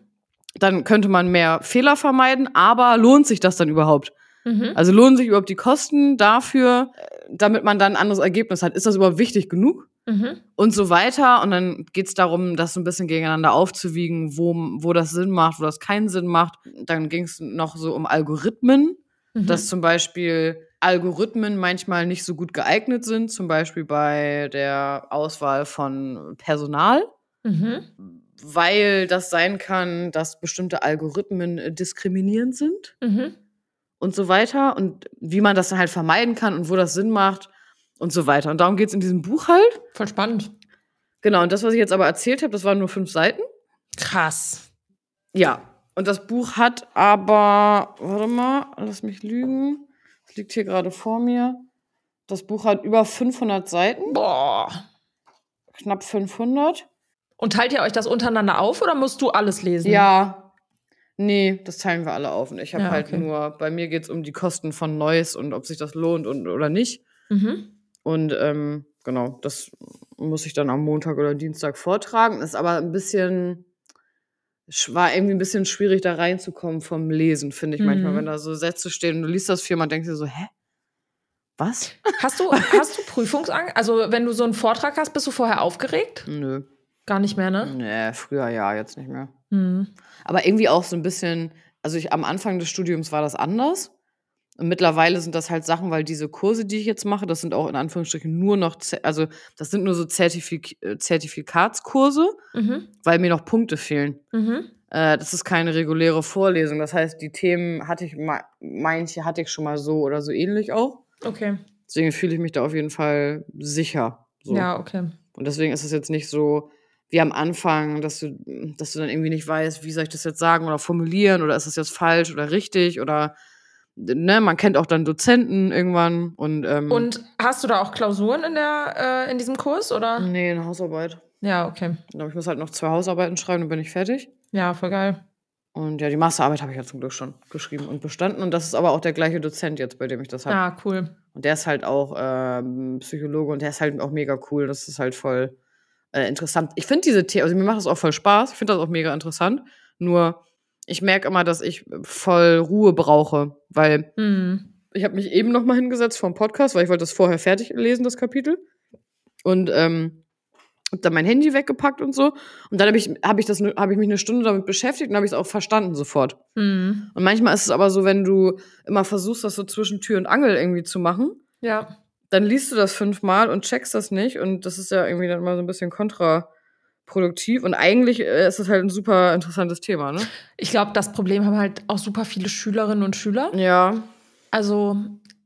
Speaker 2: dann könnte man mehr Fehler vermeiden, aber lohnt sich das dann überhaupt?
Speaker 1: Mhm.
Speaker 2: Also lohnen sich überhaupt die Kosten dafür, äh, damit man dann ein anderes Ergebnis hat? Ist das überhaupt wichtig genug?
Speaker 1: Mhm.
Speaker 2: Und so weiter. Und dann geht es darum, das so ein bisschen gegeneinander aufzuwiegen, wo, wo das Sinn macht, wo das keinen Sinn macht. Dann ging es noch so um Algorithmen,
Speaker 1: Mhm.
Speaker 2: dass zum Beispiel Algorithmen manchmal nicht so gut geeignet sind, zum Beispiel bei der Auswahl von Personal
Speaker 1: Mhm.
Speaker 2: weil das sein kann, dass bestimmte Algorithmen äh, diskriminierend sind
Speaker 1: Mhm.
Speaker 2: und so weiter und wie man das dann halt vermeiden kann und wo das Sinn macht und so weiter. Und darum geht's in diesem Buch halt.
Speaker 1: Voll spannend.
Speaker 2: Genau, und das, was ich jetzt aber erzählt habe, das waren nur fünf Seiten.
Speaker 1: Krass.
Speaker 2: Ja, und das Buch hat aber, warte mal, lass mich lügen, es liegt hier gerade vor mir. Das Buch hat über 500 Seiten,
Speaker 1: Boah.
Speaker 2: knapp 500.
Speaker 1: Und teilt ihr euch das untereinander auf oder musst du alles lesen?
Speaker 2: Ja. Nee, das teilen wir alle auf. Und ich habe
Speaker 1: Ja,
Speaker 2: halt
Speaker 1: okay.
Speaker 2: nur, bei mir geht's um die Kosten von Neues und ob sich das lohnt und, oder nicht.
Speaker 1: Mhm.
Speaker 2: Und ähm, genau, das muss ich dann am Montag oder Dienstag vortragen. Ist aber ein bisschen, sch- war irgendwie ein bisschen schwierig, da reinzukommen vom Lesen, finde ich
Speaker 1: Mhm.
Speaker 2: manchmal, wenn da so Sätze stehen und du liest das viermal, denkst du dir so, hä? Was?
Speaker 1: Hast du, hast du Prüfungsangst? Also, wenn du so einen Vortrag hast, bist du vorher aufgeregt?
Speaker 2: Nö.
Speaker 1: Gar nicht mehr, ne?
Speaker 2: Nee, früher ja, jetzt nicht mehr.
Speaker 1: Mhm.
Speaker 2: Aber irgendwie auch so ein bisschen, also ich, am Anfang des Studiums war das anders. Und mittlerweile sind das halt Sachen, weil diese Kurse, die ich jetzt mache, das sind auch in Anführungsstrichen nur noch, Ze- also das sind nur so Zertifik äh, Zertifikatskurse,
Speaker 1: Mhm.
Speaker 2: weil mir noch Punkte fehlen.
Speaker 1: Mhm.
Speaker 2: Äh, das ist keine reguläre Vorlesung. Das heißt, die Themen hatte ich, ma- manche hatte ich schon mal so oder so ähnlich auch.
Speaker 1: Okay.
Speaker 2: Deswegen fühle ich mich da auf jeden Fall sicher. So.
Speaker 1: Ja, okay.
Speaker 2: Und deswegen ist es jetzt nicht so wie am Anfang, dass du, dass du dann irgendwie nicht weißt, wie soll ich das jetzt sagen oder formulieren oder ist das jetzt falsch oder richtig oder ne, man kennt auch dann Dozenten irgendwann und, ähm,
Speaker 1: Und hast du da auch Klausuren in, der, äh, in diesem Kurs, oder?
Speaker 2: nee, eine Hausarbeit.
Speaker 1: Ja, okay.
Speaker 2: Ich glaube, ich muss halt noch zwei Hausarbeiten schreiben, dann bin ich fertig.
Speaker 1: Ja, voll geil.
Speaker 2: Und ja, die Masterarbeit habe ich ja zum Glück schon geschrieben und bestanden. Und das ist aber auch der gleiche Dozent jetzt, bei dem ich das halt habe.
Speaker 1: Ah, cool.
Speaker 2: Und der ist halt auch ähm, Psychologe und der ist halt auch mega cool. Das ist halt voll äh, interessant. Ich finde diese The also mir macht das auch voll Spaß. Ich finde das auch mega interessant. Nur ich merke immer, dass ich voll Ruhe brauche, weil
Speaker 1: Mhm.
Speaker 2: ich habe mich eben noch mal hingesetzt vor dem Podcast, weil ich wollte das vorher fertig lesen, das Kapitel. Und ähm, habe dann mein Handy weggepackt und so. Und dann habe ich, hab ich, das ne- hab ich mich eine Stunde damit beschäftigt und habe ich es auch verstanden sofort.
Speaker 1: Mhm.
Speaker 2: Und manchmal ist es aber so, wenn du immer versuchst, das so zwischen Tür und Angel irgendwie zu machen,
Speaker 1: Ja.
Speaker 2: dann liest du das fünfmal und checkst das nicht und das ist ja irgendwie dann mal so ein bisschen kontraproduktiv und eigentlich äh, ist das halt ein super interessantes Thema, ne?
Speaker 1: Ich glaube, das Problem haben halt auch super viele Schülerinnen und Schüler.
Speaker 2: Ja.
Speaker 1: Also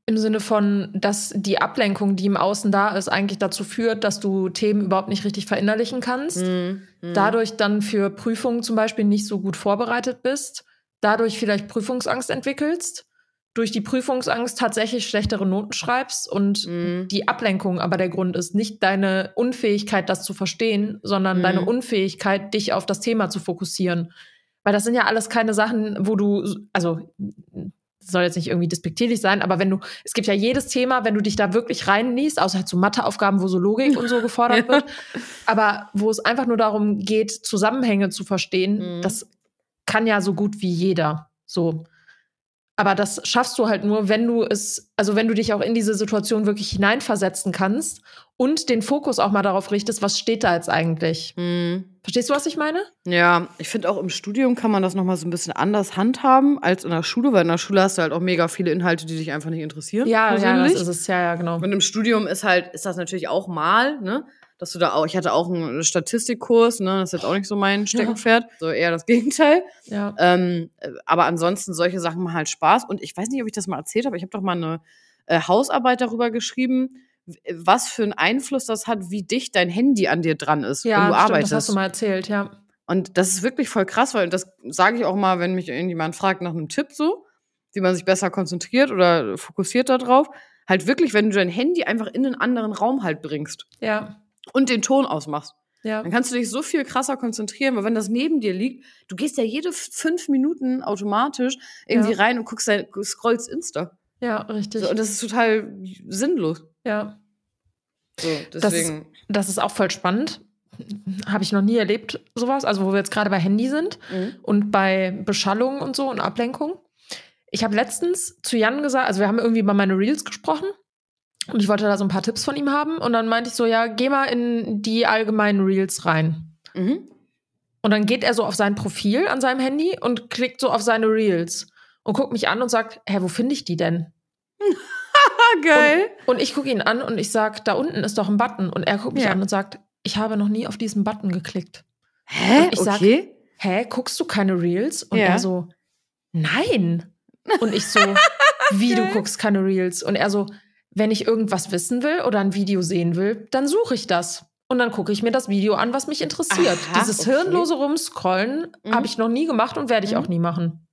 Speaker 1: im Sinne von, dass die Ablenkung, die im Außen da ist, eigentlich dazu führt, dass du Themen überhaupt nicht richtig verinnerlichen kannst.
Speaker 2: Mhm. Mhm.
Speaker 1: Dadurch dann für Prüfungen zum Beispiel nicht so gut vorbereitet bist. Dadurch vielleicht Prüfungsangst entwickelst. Durch die Prüfungsangst tatsächlich schlechtere Noten schreibst und
Speaker 2: Mhm.
Speaker 1: die Ablenkung aber der Grund ist. Nicht deine Unfähigkeit, das zu verstehen, sondern
Speaker 2: Mhm.
Speaker 1: deine Unfähigkeit, dich auf das Thema zu fokussieren. Weil das sind ja alles keine Sachen, wo du, also das soll jetzt nicht irgendwie despektierlich sein, aber wenn du, es gibt ja jedes Thema, wenn du dich da wirklich reinliest, außer halt so Matheaufgaben, wo so Logik und so gefordert
Speaker 2: Ja.
Speaker 1: wird, aber wo es einfach nur darum geht, Zusammenhänge zu verstehen,
Speaker 2: Mhm.
Speaker 1: das kann ja so gut wie jeder. So. Aber das schaffst du halt nur, wenn du es, also wenn du dich auch in diese Situation wirklich hineinversetzen kannst und den Fokus auch mal darauf richtest, was steht da jetzt eigentlich?
Speaker 2: Mhm.
Speaker 1: Verstehst du, was ich meine?
Speaker 2: Ja, ich finde auch im Studium kann man das nochmal so ein bisschen anders handhaben als in der Schule, weil in der Schule hast du halt auch mega viele Inhalte, die dich einfach nicht interessieren.
Speaker 1: Ja, ja, das
Speaker 2: persönlich.
Speaker 1: ist es. Ja, ja, genau.
Speaker 2: Und im Studium ist halt, ist das natürlich auch mal, ne? Dass du da auch, ich hatte auch einen Statistikkurs, ne? Das ist jetzt auch nicht so mein Steckenpferd. So eher das Gegenteil.
Speaker 1: Ja.
Speaker 2: Ähm, äh, aber ansonsten solche Sachen machen halt Spaß. Und ich weiß nicht, ob ich das mal erzählt habe. Ich habe doch mal eine äh, Hausarbeit darüber geschrieben, was für einen Einfluss das hat, wie dicht dein Handy an dir dran ist,
Speaker 1: Ja,
Speaker 2: wenn du
Speaker 1: stimmt,
Speaker 2: arbeitest.
Speaker 1: das hast du mal erzählt, ja.
Speaker 2: Und das ist wirklich voll krass, weil das sage ich auch mal, wenn mich irgendjemand fragt nach einem Tipp so, wie man sich besser konzentriert oder fokussiert darauf. Halt wirklich, wenn du dein Handy einfach in einen anderen Raum halt bringst
Speaker 1: Ja,
Speaker 2: und den Ton ausmachst,
Speaker 1: ja.
Speaker 2: dann kannst du dich so viel krasser konzentrieren, weil wenn das neben dir liegt, du gehst ja jede f- fünf Minuten automatisch irgendwie
Speaker 1: Ja.
Speaker 2: rein und guckst dein, scrollst Insta.
Speaker 1: Ja, richtig.
Speaker 2: So, und das ist total sinnlos.
Speaker 1: ja.
Speaker 2: So,
Speaker 1: Das ist-
Speaker 2: deswegen.
Speaker 1: Das ist auch voll spannend. Habe ich noch nie erlebt, sowas. Also, wo wir jetzt gerade bei Handy sind
Speaker 2: Mhm.
Speaker 1: und bei Beschallung und so und Ablenkung. Ich habe letztens zu Jan gesagt, also wir haben irgendwie über meine Reels gesprochen und ich wollte da so ein paar Tipps von ihm haben. Und dann meinte ich so: Ja, geh mal in die allgemeinen Reels rein.
Speaker 2: Mhm.
Speaker 1: Und dann geht er so auf sein Profil an seinem Handy und klickt so auf seine Reels und guckt mich an und sagt: Hä, wo finde ich die denn?
Speaker 2: Ah, geil.
Speaker 1: Und, und ich gucke ihn an und ich sage, da unten ist doch ein Button. Und er guckt mich
Speaker 2: Ja.
Speaker 1: an und sagt, ich habe noch nie auf diesen Button geklickt.
Speaker 2: Hä?
Speaker 1: und ich sag-
Speaker 2: okay.
Speaker 1: Hä, guckst du keine Reels? Und
Speaker 2: Ja.
Speaker 1: er so, nein. Und ich so, wie du
Speaker 2: Geil.
Speaker 1: guckst keine Reels? Und er so, wenn ich irgendwas wissen will oder ein Video sehen will, dann suche ich das. Und dann gucke ich mir das Video an, was mich interessiert.
Speaker 2: Aha,
Speaker 1: Dieses
Speaker 2: okay.
Speaker 1: hirnlose Rumscrollen
Speaker 2: Mhm.
Speaker 1: habe ich noch nie gemacht und werde ich
Speaker 2: Mhm.
Speaker 1: auch nie machen.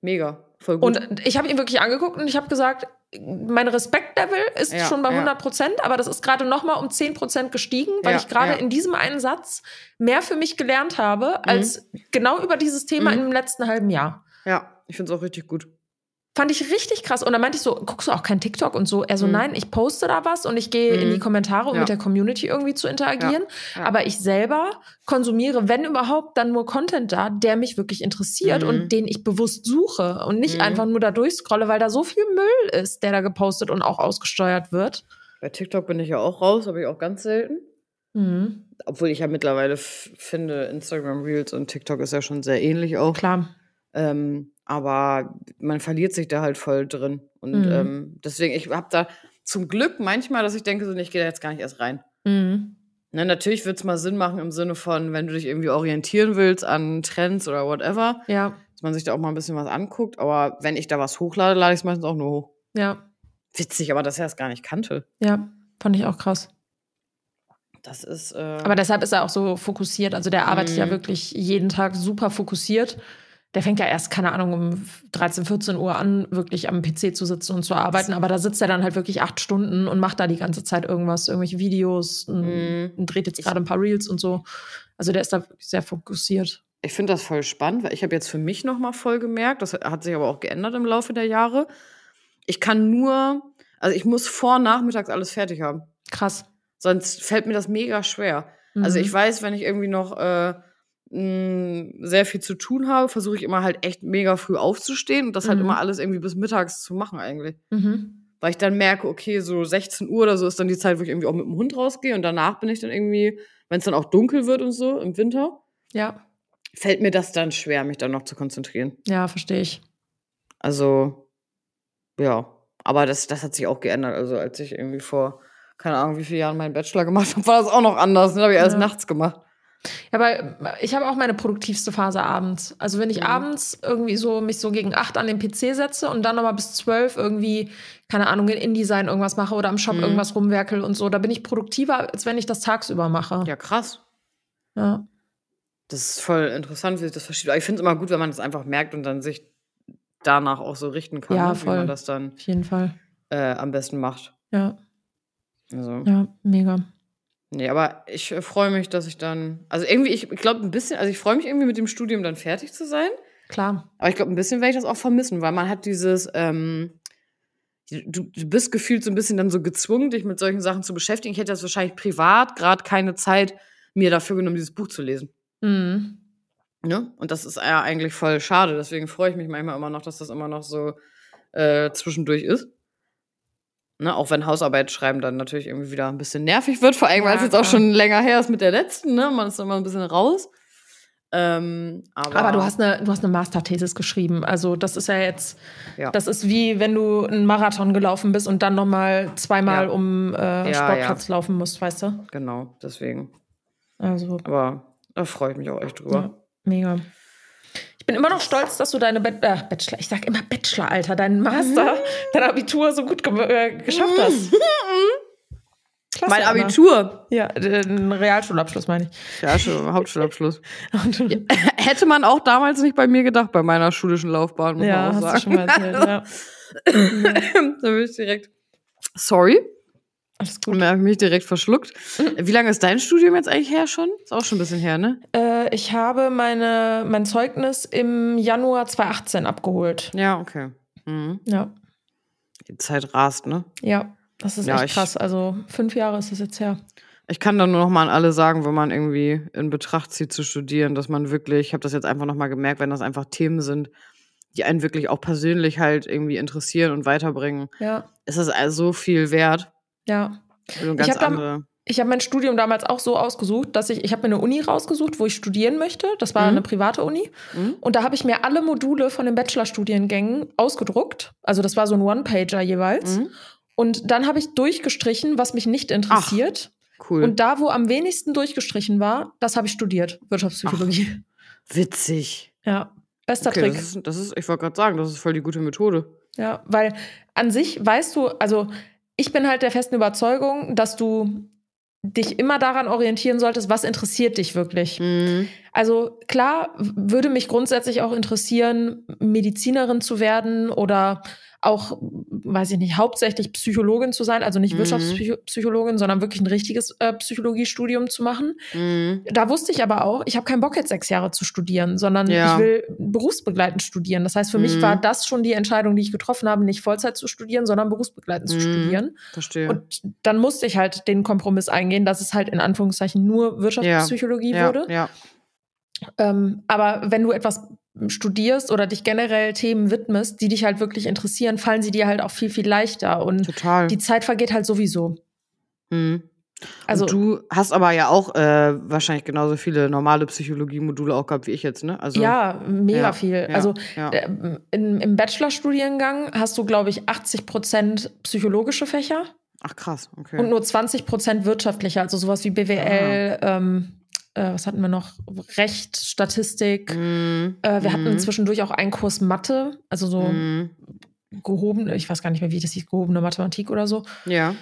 Speaker 2: Mega. Voll gut.
Speaker 1: Und ich habe ihn wirklich angeguckt und ich habe gesagt, mein Respektlevel ist
Speaker 2: Ja,
Speaker 1: schon bei
Speaker 2: ja.
Speaker 1: 100 Prozent, aber das ist gerade nochmal um 10 Prozent gestiegen, weil
Speaker 2: Ja,
Speaker 1: ich gerade
Speaker 2: ja.
Speaker 1: in diesem einen Satz mehr für mich gelernt habe, als genau über dieses Thema
Speaker 2: Mhm.
Speaker 1: im letzten halben Jahr.
Speaker 2: ja, ich finde es auch richtig gut.
Speaker 1: Fand ich richtig krass. Und dann meinte ich so, guckst du auch kein TikTok und so? Er so,
Speaker 2: Mhm.
Speaker 1: nein, ich poste da was und ich gehe in
Speaker 2: Mhm.
Speaker 1: die Kommentare, um
Speaker 2: Ja.
Speaker 1: mit der Community irgendwie zu interagieren.
Speaker 2: Ja.
Speaker 1: Aber ich selber konsumiere, wenn überhaupt, dann nur Content da, der mich wirklich interessiert
Speaker 2: Mhm.
Speaker 1: und den ich bewusst suche und nicht
Speaker 2: Mhm.
Speaker 1: einfach nur da durchscrolle, weil da so viel Müll ist, der da gepostet und auch ausgesteuert wird.
Speaker 2: Bei TikTok bin ich ja auch raus, habe ich auch ganz selten.
Speaker 1: Mhm.
Speaker 2: Obwohl ich ja mittlerweile f- finde, Instagram Reels und TikTok ist ja schon sehr ähnlich auch.
Speaker 1: Klar.
Speaker 2: Ähm, aber man verliert sich da halt voll drin. Und
Speaker 1: Mhm.
Speaker 2: ähm, deswegen, ich habe da zum Glück manchmal, dass ich denke, so, nee, ich gehe da jetzt gar nicht erst rein.
Speaker 1: Mhm.
Speaker 2: Ne, natürlich wird es mal Sinn machen im Sinne von, wenn du dich irgendwie orientieren willst an Trends oder whatever,
Speaker 1: Ja,
Speaker 2: dass man sich da auch mal ein bisschen was anguckt. Aber wenn ich da was hochlade, lade ich es meistens auch nur hoch.
Speaker 1: ja,
Speaker 2: Witzig, aber dass er es gar nicht kannte.
Speaker 1: ja. Fand ich auch krass.
Speaker 2: Das ist. Äh,
Speaker 1: Aber deshalb ist er auch so fokussiert. Also der arbeitet
Speaker 2: Mhm.
Speaker 1: ja wirklich jeden Tag super fokussiert. Der fängt ja erst, keine Ahnung, um 13, 14 Uhr an, wirklich am PC zu sitzen und zu arbeiten. Aber da sitzt er dann halt wirklich acht Stunden und macht da die ganze Zeit irgendwas, irgendwelche Videos,
Speaker 2: Mhm.
Speaker 1: m, und dreht jetzt
Speaker 2: Ich-
Speaker 1: gerade ein paar Reels und so. Also der ist da wirklich sehr fokussiert.
Speaker 2: Ich finde das voll spannend, weil ich habe jetzt für mich noch mal voll gemerkt, das hat sich aber auch geändert im Laufe der Jahre. Ich kann nur, also ich muss vor nachmittags alles fertig haben,
Speaker 1: Krass.
Speaker 2: sonst fällt mir das mega schwer.
Speaker 1: Mhm.
Speaker 2: Also ich weiß, wenn ich irgendwie noch äh, mh, sehr viel zu tun habe, versuche ich immer halt echt mega früh aufzustehen und das halt
Speaker 1: Mhm.
Speaker 2: immer alles irgendwie bis mittags zu machen eigentlich.
Speaker 1: Mhm.
Speaker 2: Weil ich dann merke, okay, so 16 Uhr oder so ist dann die Zeit, wo ich irgendwie auch mit dem Hund rausgehe und danach bin ich dann irgendwie, wenn es dann auch dunkel wird und so im Winter,
Speaker 1: Ja,
Speaker 2: fällt mir das dann schwer, mich dann noch zu konzentrieren.
Speaker 1: ja, verstehe ich.
Speaker 2: Also, ja. Aber das, das hat sich auch geändert. Also, als ich irgendwie vor, keine Ahnung, wie viele Jahren meinen Bachelor gemacht habe, war das auch noch anders. Dann habe ich alles
Speaker 1: Ja.
Speaker 2: nachts gemacht.
Speaker 1: Ja, aber äh, ich habe auch meine produktivste Phase abends. Also wenn ich
Speaker 2: Mhm.
Speaker 1: abends irgendwie so mich so gegen acht an den PC setze und dann nochmal bis zwölf irgendwie, keine Ahnung, in InDesign irgendwas mache oder am Shop
Speaker 2: Mhm.
Speaker 1: irgendwas rumwerkel und so, da bin ich produktiver, als wenn ich das tagsüber mache.
Speaker 2: Ja, krass.
Speaker 1: Ja.
Speaker 2: Das ist voll interessant, wie sich das verschiebt. Aber ich finde es immer gut, wenn man das einfach merkt und dann sich danach auch so richten kann,
Speaker 1: Ja,
Speaker 2: ne? wie man
Speaker 1: voll.
Speaker 2: das dann
Speaker 1: auf jeden Fall.
Speaker 2: äh, am besten macht.
Speaker 1: Ja,
Speaker 2: Also,
Speaker 1: ja, mega.
Speaker 2: nee, aber ich äh, freue mich, dass ich dann. Also, irgendwie, ich glaube, ein bisschen. Also, ich freue mich irgendwie mit dem Studium dann fertig zu sein.
Speaker 1: Klar.
Speaker 2: Aber ich glaube, ein bisschen werde ich das auch vermissen, weil man hat dieses, ähm, du, du bist gefühlt so ein bisschen dann so gezwungen, dich mit solchen Sachen zu beschäftigen. Ich hätte das wahrscheinlich privat gerade keine Zeit mir dafür genommen, dieses Buch zu lesen.
Speaker 1: Mhm.
Speaker 2: Ne? Und das ist ja eigentlich voll schade. Deswegen freue ich mich manchmal immer noch, dass das immer noch so äh, zwischendurch ist. Ne? Auch wenn Hausarbeit schreiben dann natürlich irgendwie wieder ein bisschen nervig wird, vor allem, weil
Speaker 1: Ja,
Speaker 2: es jetzt auch
Speaker 1: klar.
Speaker 2: schon länger her ist mit der letzten. Ne? Man ist immer ein bisschen raus. Ähm, aber,
Speaker 1: Aber du hast eine, du hast eine Masterthesis geschrieben. Also das ist ja jetzt,
Speaker 2: Ja.
Speaker 1: das ist wie wenn du einen Marathon gelaufen bist und dann nochmal zweimal
Speaker 2: Ja.
Speaker 1: um äh,
Speaker 2: Ja,
Speaker 1: Sportplatz laufen musst, weißt du?
Speaker 2: Genau, deswegen.
Speaker 1: Also
Speaker 2: Aber da freue ich mich auch echt drüber.
Speaker 1: Ja, mega. Ich Ich bin immer noch stolz, dass du deine Bet äh, Bachelor, ich sag immer Bachelor, Alter, deinen Master, dein Abitur so gut ge äh, geschafft
Speaker 2: Mhm.
Speaker 1: hast. Klasse,
Speaker 2: Mein
Speaker 1: Anna.
Speaker 2: Abitur.
Speaker 1: Ja, den Realschulabschluss meine ich.
Speaker 2: Ja, schon, Hauptschulabschluss.
Speaker 1: Und, ja,
Speaker 2: Hätte man auch damals nicht bei mir gedacht, bei meiner schulischen Laufbahn, muss man auch
Speaker 1: hast
Speaker 2: sagen.
Speaker 1: du schon mal erzählt. ja.
Speaker 2: da bin ich direkt. Sorry,
Speaker 1: Alles gut.
Speaker 2: und da habe ich mich direkt verschluckt.
Speaker 1: Mhm.
Speaker 2: Wie lange ist dein Studium jetzt eigentlich her schon? Ist auch schon ein bisschen her, ne?
Speaker 1: Äh, ich habe meine, mein Zeugnis im Januar 2018 abgeholt.
Speaker 2: Ja, okay. Mhm.
Speaker 1: Ja,
Speaker 2: Die Zeit rast, ne?
Speaker 1: ja. Das ist
Speaker 2: Ja,
Speaker 1: echt
Speaker 2: ich-
Speaker 1: krass. Also fünf Jahre ist das jetzt her.
Speaker 2: Ich kann da nur noch mal an alle sagen, wenn man irgendwie in Betracht zieht zu studieren, dass man wirklich, ich habe das jetzt einfach noch mal gemerkt, wenn das einfach Themen sind, die einen wirklich auch persönlich halt irgendwie interessieren und weiterbringen,
Speaker 1: Ja,
Speaker 2: ist das also so viel wert.
Speaker 1: ja.
Speaker 2: Also ganz
Speaker 1: hab da-
Speaker 2: andere.
Speaker 1: Ich habe mein Studium damals auch so ausgesucht, dass ich, ich habe mir eine Uni rausgesucht, wo ich studieren möchte. Das war
Speaker 2: Mhm.
Speaker 1: eine private Uni.
Speaker 2: Mhm.
Speaker 1: Und da habe ich mir alle Module von den Bachelorstudiengängen ausgedruckt. Also das war so ein One-Pager jeweils.
Speaker 2: Mhm.
Speaker 1: Und dann habe ich durchgestrichen, was mich nicht interessiert.
Speaker 2: Cool.
Speaker 1: Und da, wo am wenigsten durchgestrichen war, das habe ich studiert. Wirtschaftspsychologie.
Speaker 2: Witzig.
Speaker 1: Ja. Bester
Speaker 2: Okay,
Speaker 1: Trick.
Speaker 2: das ist, das ist, ich wollte gerade sagen, das ist voll die gute Methode.
Speaker 1: Ja, weil an sich weißt du, also ich bin halt der festen Überzeugung, dass du dich immer daran orientieren solltest, was interessiert dich wirklich.
Speaker 2: Mhm.
Speaker 1: Also klar w- würde mich grundsätzlich auch interessieren, Medizinerin zu werden oder auch, weiß ich nicht, hauptsächlich Psychologin zu sein, also nicht
Speaker 2: Mhm.
Speaker 1: Wirtschaftspsychologin, sondern wirklich ein richtiges äh, Psychologiestudium zu machen.
Speaker 2: Mhm.
Speaker 1: Da wusste ich aber auch, ich habe keinen Bock jetzt sechs Jahre zu studieren, sondern
Speaker 2: Ja.
Speaker 1: ich will berufsbegleitend studieren. Das heißt, für mich
Speaker 2: Mhm.
Speaker 1: war das schon die Entscheidung, die ich getroffen habe, nicht Vollzeit zu studieren, sondern berufsbegleitend zu
Speaker 2: Mhm.
Speaker 1: studieren.
Speaker 2: Verstehe.
Speaker 1: Und dann musste ich halt den Kompromiss eingehen, dass es halt in Anführungszeichen nur Wirtschaftspsychologie
Speaker 2: ja,
Speaker 1: wurde.
Speaker 2: ja.
Speaker 1: Ähm, aber wenn du etwas studierst oder dich generell Themen widmest, die dich halt wirklich interessieren, fallen sie dir halt auch viel, viel leichter. Und
Speaker 2: Total.
Speaker 1: die Zeit vergeht halt sowieso.
Speaker 2: Mhm.
Speaker 1: Also
Speaker 2: Also und du hast aber ja auch äh, wahrscheinlich genauso viele normale Psychologie-Module auch gehabt wie ich jetzt, ne? Also
Speaker 1: ja, mega
Speaker 2: Ja,
Speaker 1: viel.
Speaker 2: ja,
Speaker 1: Also
Speaker 2: ja.
Speaker 1: Ähm, In, Im Bachelorstudiengang hast du, glaube ich, 80 Prozent psychologische Fächer
Speaker 2: Ach krass, okay.
Speaker 1: und nur 20 Prozent wirtschaftliche, also sowas wie BWL,
Speaker 2: Ah.
Speaker 1: ähm, äh, was hatten wir noch? Recht, Statistik.
Speaker 2: Mhm.
Speaker 1: Äh, wir
Speaker 2: Mhm.
Speaker 1: hatten zwischendurch auch einen Kurs Mathe, also so
Speaker 2: Mhm.
Speaker 1: gehobene, ich weiß gar nicht mehr, wie das hieß, gehobene Mathematik oder so.
Speaker 2: Ja.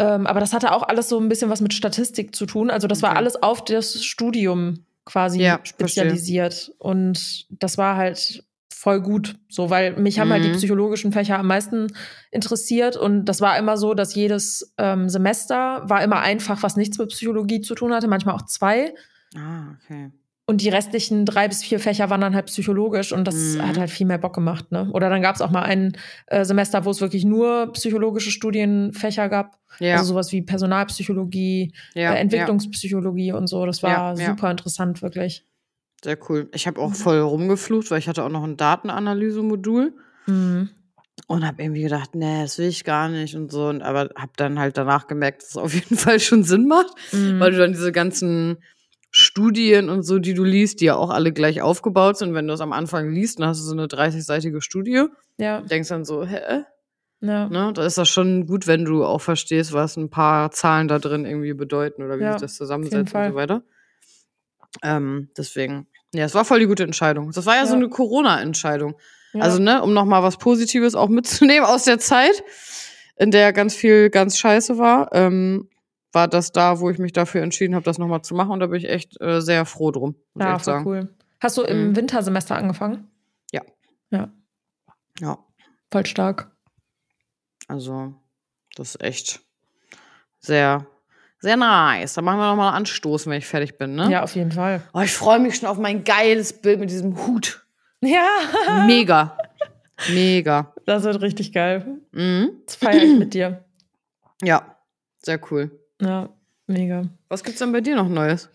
Speaker 1: Ähm, aber das hatte auch alles so ein bisschen was mit Statistik zu tun. Also das war
Speaker 2: Okay.
Speaker 1: alles auf das Studium quasi
Speaker 2: Ja,
Speaker 1: spezialisiert. Und das war halt voll gut, so weil mich haben halt die
Speaker 2: Mhm.
Speaker 1: psychologischen Fächer am meisten interessiert. Und das war immer so, dass jedes ähm, Semester war immer einfach, was nichts mit Psychologie zu tun hatte, manchmal auch zwei.
Speaker 2: Ah, okay.
Speaker 1: Und die restlichen drei bis vier Fächer waren dann halt psychologisch und das
Speaker 2: Mhm.
Speaker 1: hat halt viel mehr Bock gemacht. Ne? Oder dann gab es auch mal ein äh, Semester, wo es wirklich nur psychologische Studienfächer gab.
Speaker 2: Ja,
Speaker 1: Also sowas wie Personalpsychologie,
Speaker 2: ja,
Speaker 1: äh, Entwicklungspsychologie und so. Das war
Speaker 2: Ja, ja.
Speaker 1: super interessant, wirklich.
Speaker 2: Ja, sehr cool. Ich
Speaker 1: Mhm.
Speaker 2: habe auch voll rumgeflucht, weil ich hatte auch noch ein Datenanalysemodul
Speaker 1: Mhm.
Speaker 2: und habe irgendwie gedacht, nee, das will ich gar nicht und so. Und, aber habe dann halt danach gemerkt, dass es auf jeden Fall schon Sinn macht,
Speaker 1: Mhm.
Speaker 2: weil du dann diese ganzen Studien und so, die du liest, die ja auch alle gleich aufgebaut sind. Wenn du es am Anfang liest, dann hast du so eine 30-seitige Studie.
Speaker 1: Ja,
Speaker 2: denkst dann so, hä?
Speaker 1: ja.
Speaker 2: Ne? Da ist das schon gut, wenn du auch verstehst, was ein paar Zahlen da drin irgendwie bedeuten oder wie
Speaker 1: Ja,
Speaker 2: sich das
Speaker 1: auf jeden
Speaker 2: zusammensetzt und
Speaker 1: Fall.
Speaker 2: so weiter. Ähm, deswegen, ja, es war voll die gute Entscheidung. Das war ja, so
Speaker 1: Ja.
Speaker 2: eine Corona-Entscheidung.
Speaker 1: ja.
Speaker 2: Also, ne, um nochmal was Positives auch mitzunehmen aus der Zeit, in der ganz viel ganz scheiße war, ähm, war das da, wo ich mich dafür entschieden habe, das nochmal zu machen. Und da bin ich echt äh, sehr froh drum, muss ich
Speaker 1: ja
Speaker 2: echt
Speaker 1: voll
Speaker 2: sagen.
Speaker 1: cool. Hast du im
Speaker 2: Mhm.
Speaker 1: Wintersemester angefangen?
Speaker 2: Ja.
Speaker 1: Ja,
Speaker 2: Ja.
Speaker 1: voll stark.
Speaker 2: Also, das ist echt sehr, sehr nice. Da machen wir nochmal einen Anstoß, wenn ich fertig bin, ne?
Speaker 1: Ja, auf jeden Fall.
Speaker 2: Oh, ich freue mich schon auf mein geiles Bild mit diesem Hut.
Speaker 1: Ja,
Speaker 2: Mega. Mega.
Speaker 1: das wird richtig geil.
Speaker 2: Mhm.
Speaker 1: Das feiere ich mit dir.
Speaker 2: Ja, sehr cool.
Speaker 1: Ja, mega.
Speaker 2: Was gibt's denn bei dir noch Neues?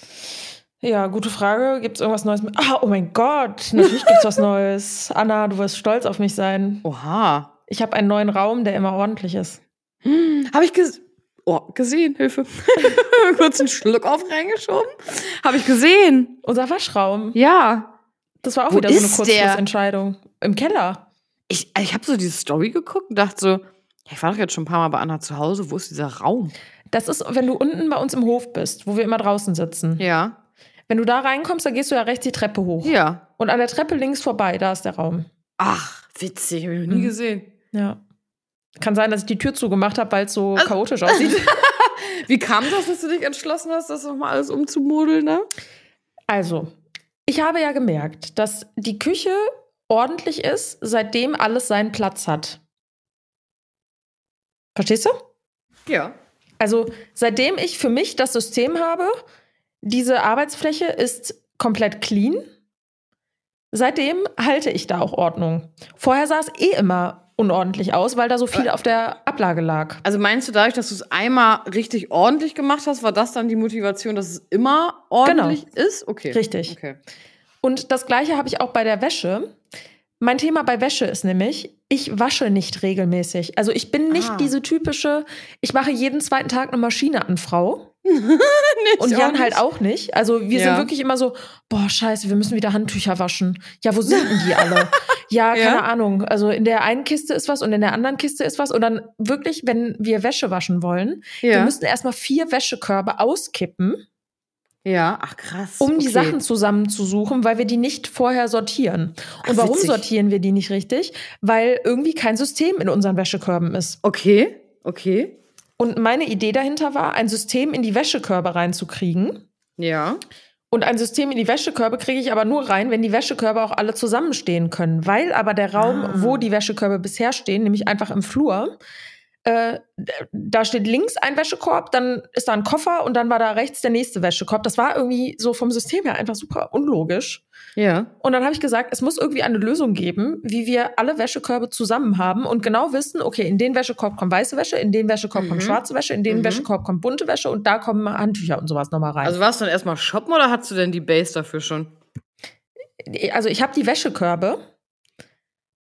Speaker 1: Ja, gute Frage. Gibt es irgendwas Neues? Ah, oh mein Gott, natürlich gibt es was Neues. Anna, du wirst stolz auf mich sein.
Speaker 2: Oha.
Speaker 1: Ich habe einen neuen Raum, der immer ordentlich ist.
Speaker 2: Hm, Habe ich ges oh, gesehen. Hilfe. Kurz einen Schluck auf reingeschoben. Habe ich gesehen.
Speaker 1: Unser Waschraum.
Speaker 2: Ja.
Speaker 1: Das war auch
Speaker 2: Wo
Speaker 1: wieder so eine
Speaker 2: ist der?
Speaker 1: Kurzschlussentscheidung. Im Keller.
Speaker 2: Ich, ich habe so diese Story geguckt und dachte so, ja, ich war doch jetzt schon ein paar Mal bei Anna zu Hause. Wo ist dieser Raum?
Speaker 1: Das ist, wenn du unten bei uns im Hof bist, wo wir immer draußen sitzen.
Speaker 2: Ja.
Speaker 1: Wenn du da reinkommst, dann gehst du ja rechts die Treppe hoch.
Speaker 2: Ja.
Speaker 1: Und an der Treppe links vorbei, da ist der Raum.
Speaker 2: Ach, witzig, habe ich noch nie
Speaker 1: Mhm.
Speaker 2: gesehen.
Speaker 1: Ja. Kann sein, dass ich die Tür zugemacht habe, weil es so
Speaker 2: Also-
Speaker 1: chaotisch aussieht.
Speaker 2: Wie kam das, dass du dich entschlossen hast, das nochmal alles umzumodeln, ne?
Speaker 1: Also, ich habe ja gemerkt, dass die Küche ordentlich ist, seitdem alles seinen Platz hat. Verstehst du?
Speaker 2: Ja.
Speaker 1: Also, seitdem ich für mich das System habe, diese Arbeitsfläche ist komplett clean. Seitdem halte ich da auch Ordnung. Vorher sah es eh immer unordentlich aus, weil da so viel auf der Ablage lag.
Speaker 2: Also meinst du dadurch, dass du es einmal richtig ordentlich gemacht hast, war das dann die Motivation, dass es immer ordentlich ist? Okay.
Speaker 1: Richtig.
Speaker 2: Okay.
Speaker 1: Und das gleiche habe ich auch bei der Wäsche. Mein Thema bei Wäsche ist nämlich, ich wasche nicht regelmäßig. Also ich bin nicht
Speaker 2: Ah.
Speaker 1: diese typische, ich mache jeden zweiten Tag eine Maschine an Frau. Und
Speaker 2: Ich
Speaker 1: Jan
Speaker 2: auch
Speaker 1: halt
Speaker 2: nicht.
Speaker 1: auch nicht. Also wir
Speaker 2: Ja.
Speaker 1: sind wirklich immer so, boah, scheiße, wir müssen wieder Handtücher waschen. Ja, wo sind denn die alle? ja, keine
Speaker 2: Ja.
Speaker 1: Ahnung. Also in der einen Kiste ist was und in der anderen Kiste ist was. Und dann wirklich, wenn wir Wäsche waschen wollen, wir
Speaker 2: Ja.
Speaker 1: müssen erstmal vier Wäschekörbe auskippen,
Speaker 2: ja. Ach krass.
Speaker 1: um die
Speaker 2: Okay.
Speaker 1: Sachen zusammenzusuchen, weil wir die nicht vorher sortieren.
Speaker 2: Ach,
Speaker 1: Und warum
Speaker 2: witzig.
Speaker 1: sortieren wir die nicht richtig? Weil irgendwie kein System in unseren Wäschekörben ist.
Speaker 2: Okay. Okay.
Speaker 1: Und meine Idee dahinter war, ein System in die Wäschekörbe reinzukriegen.
Speaker 2: Ja.
Speaker 1: Und ein System in die Wäschekörbe kriege ich aber nur rein, wenn die Wäschekörbe auch alle zusammenstehen können. Weil aber der Raum,
Speaker 2: Ah.
Speaker 1: wo die Wäschekörbe bisher stehen, nämlich einfach im Flur, äh, d- da steht links ein Wäschekorb, dann ist da ein Koffer und dann war da rechts der nächste Wäschekorb. Das war irgendwie so vom System her einfach super unlogisch.
Speaker 2: Ja.
Speaker 1: Und dann habe ich gesagt, es muss irgendwie eine Lösung geben, wie wir alle Wäschekörbe zusammen haben und genau wissen, okay, in den Wäschekorb kommt weiße Wäsche, in den Wäschekorb
Speaker 2: Mhm.
Speaker 1: kommt schwarze Wäsche, in den
Speaker 2: Mhm.
Speaker 1: Wäschekorb kommt bunte Wäsche und da kommen Handtücher und sowas nochmal rein.
Speaker 2: Also warst du dann erstmal shoppen oder hattest du denn die Base dafür schon?
Speaker 1: also ich habe die Wäschekörbe,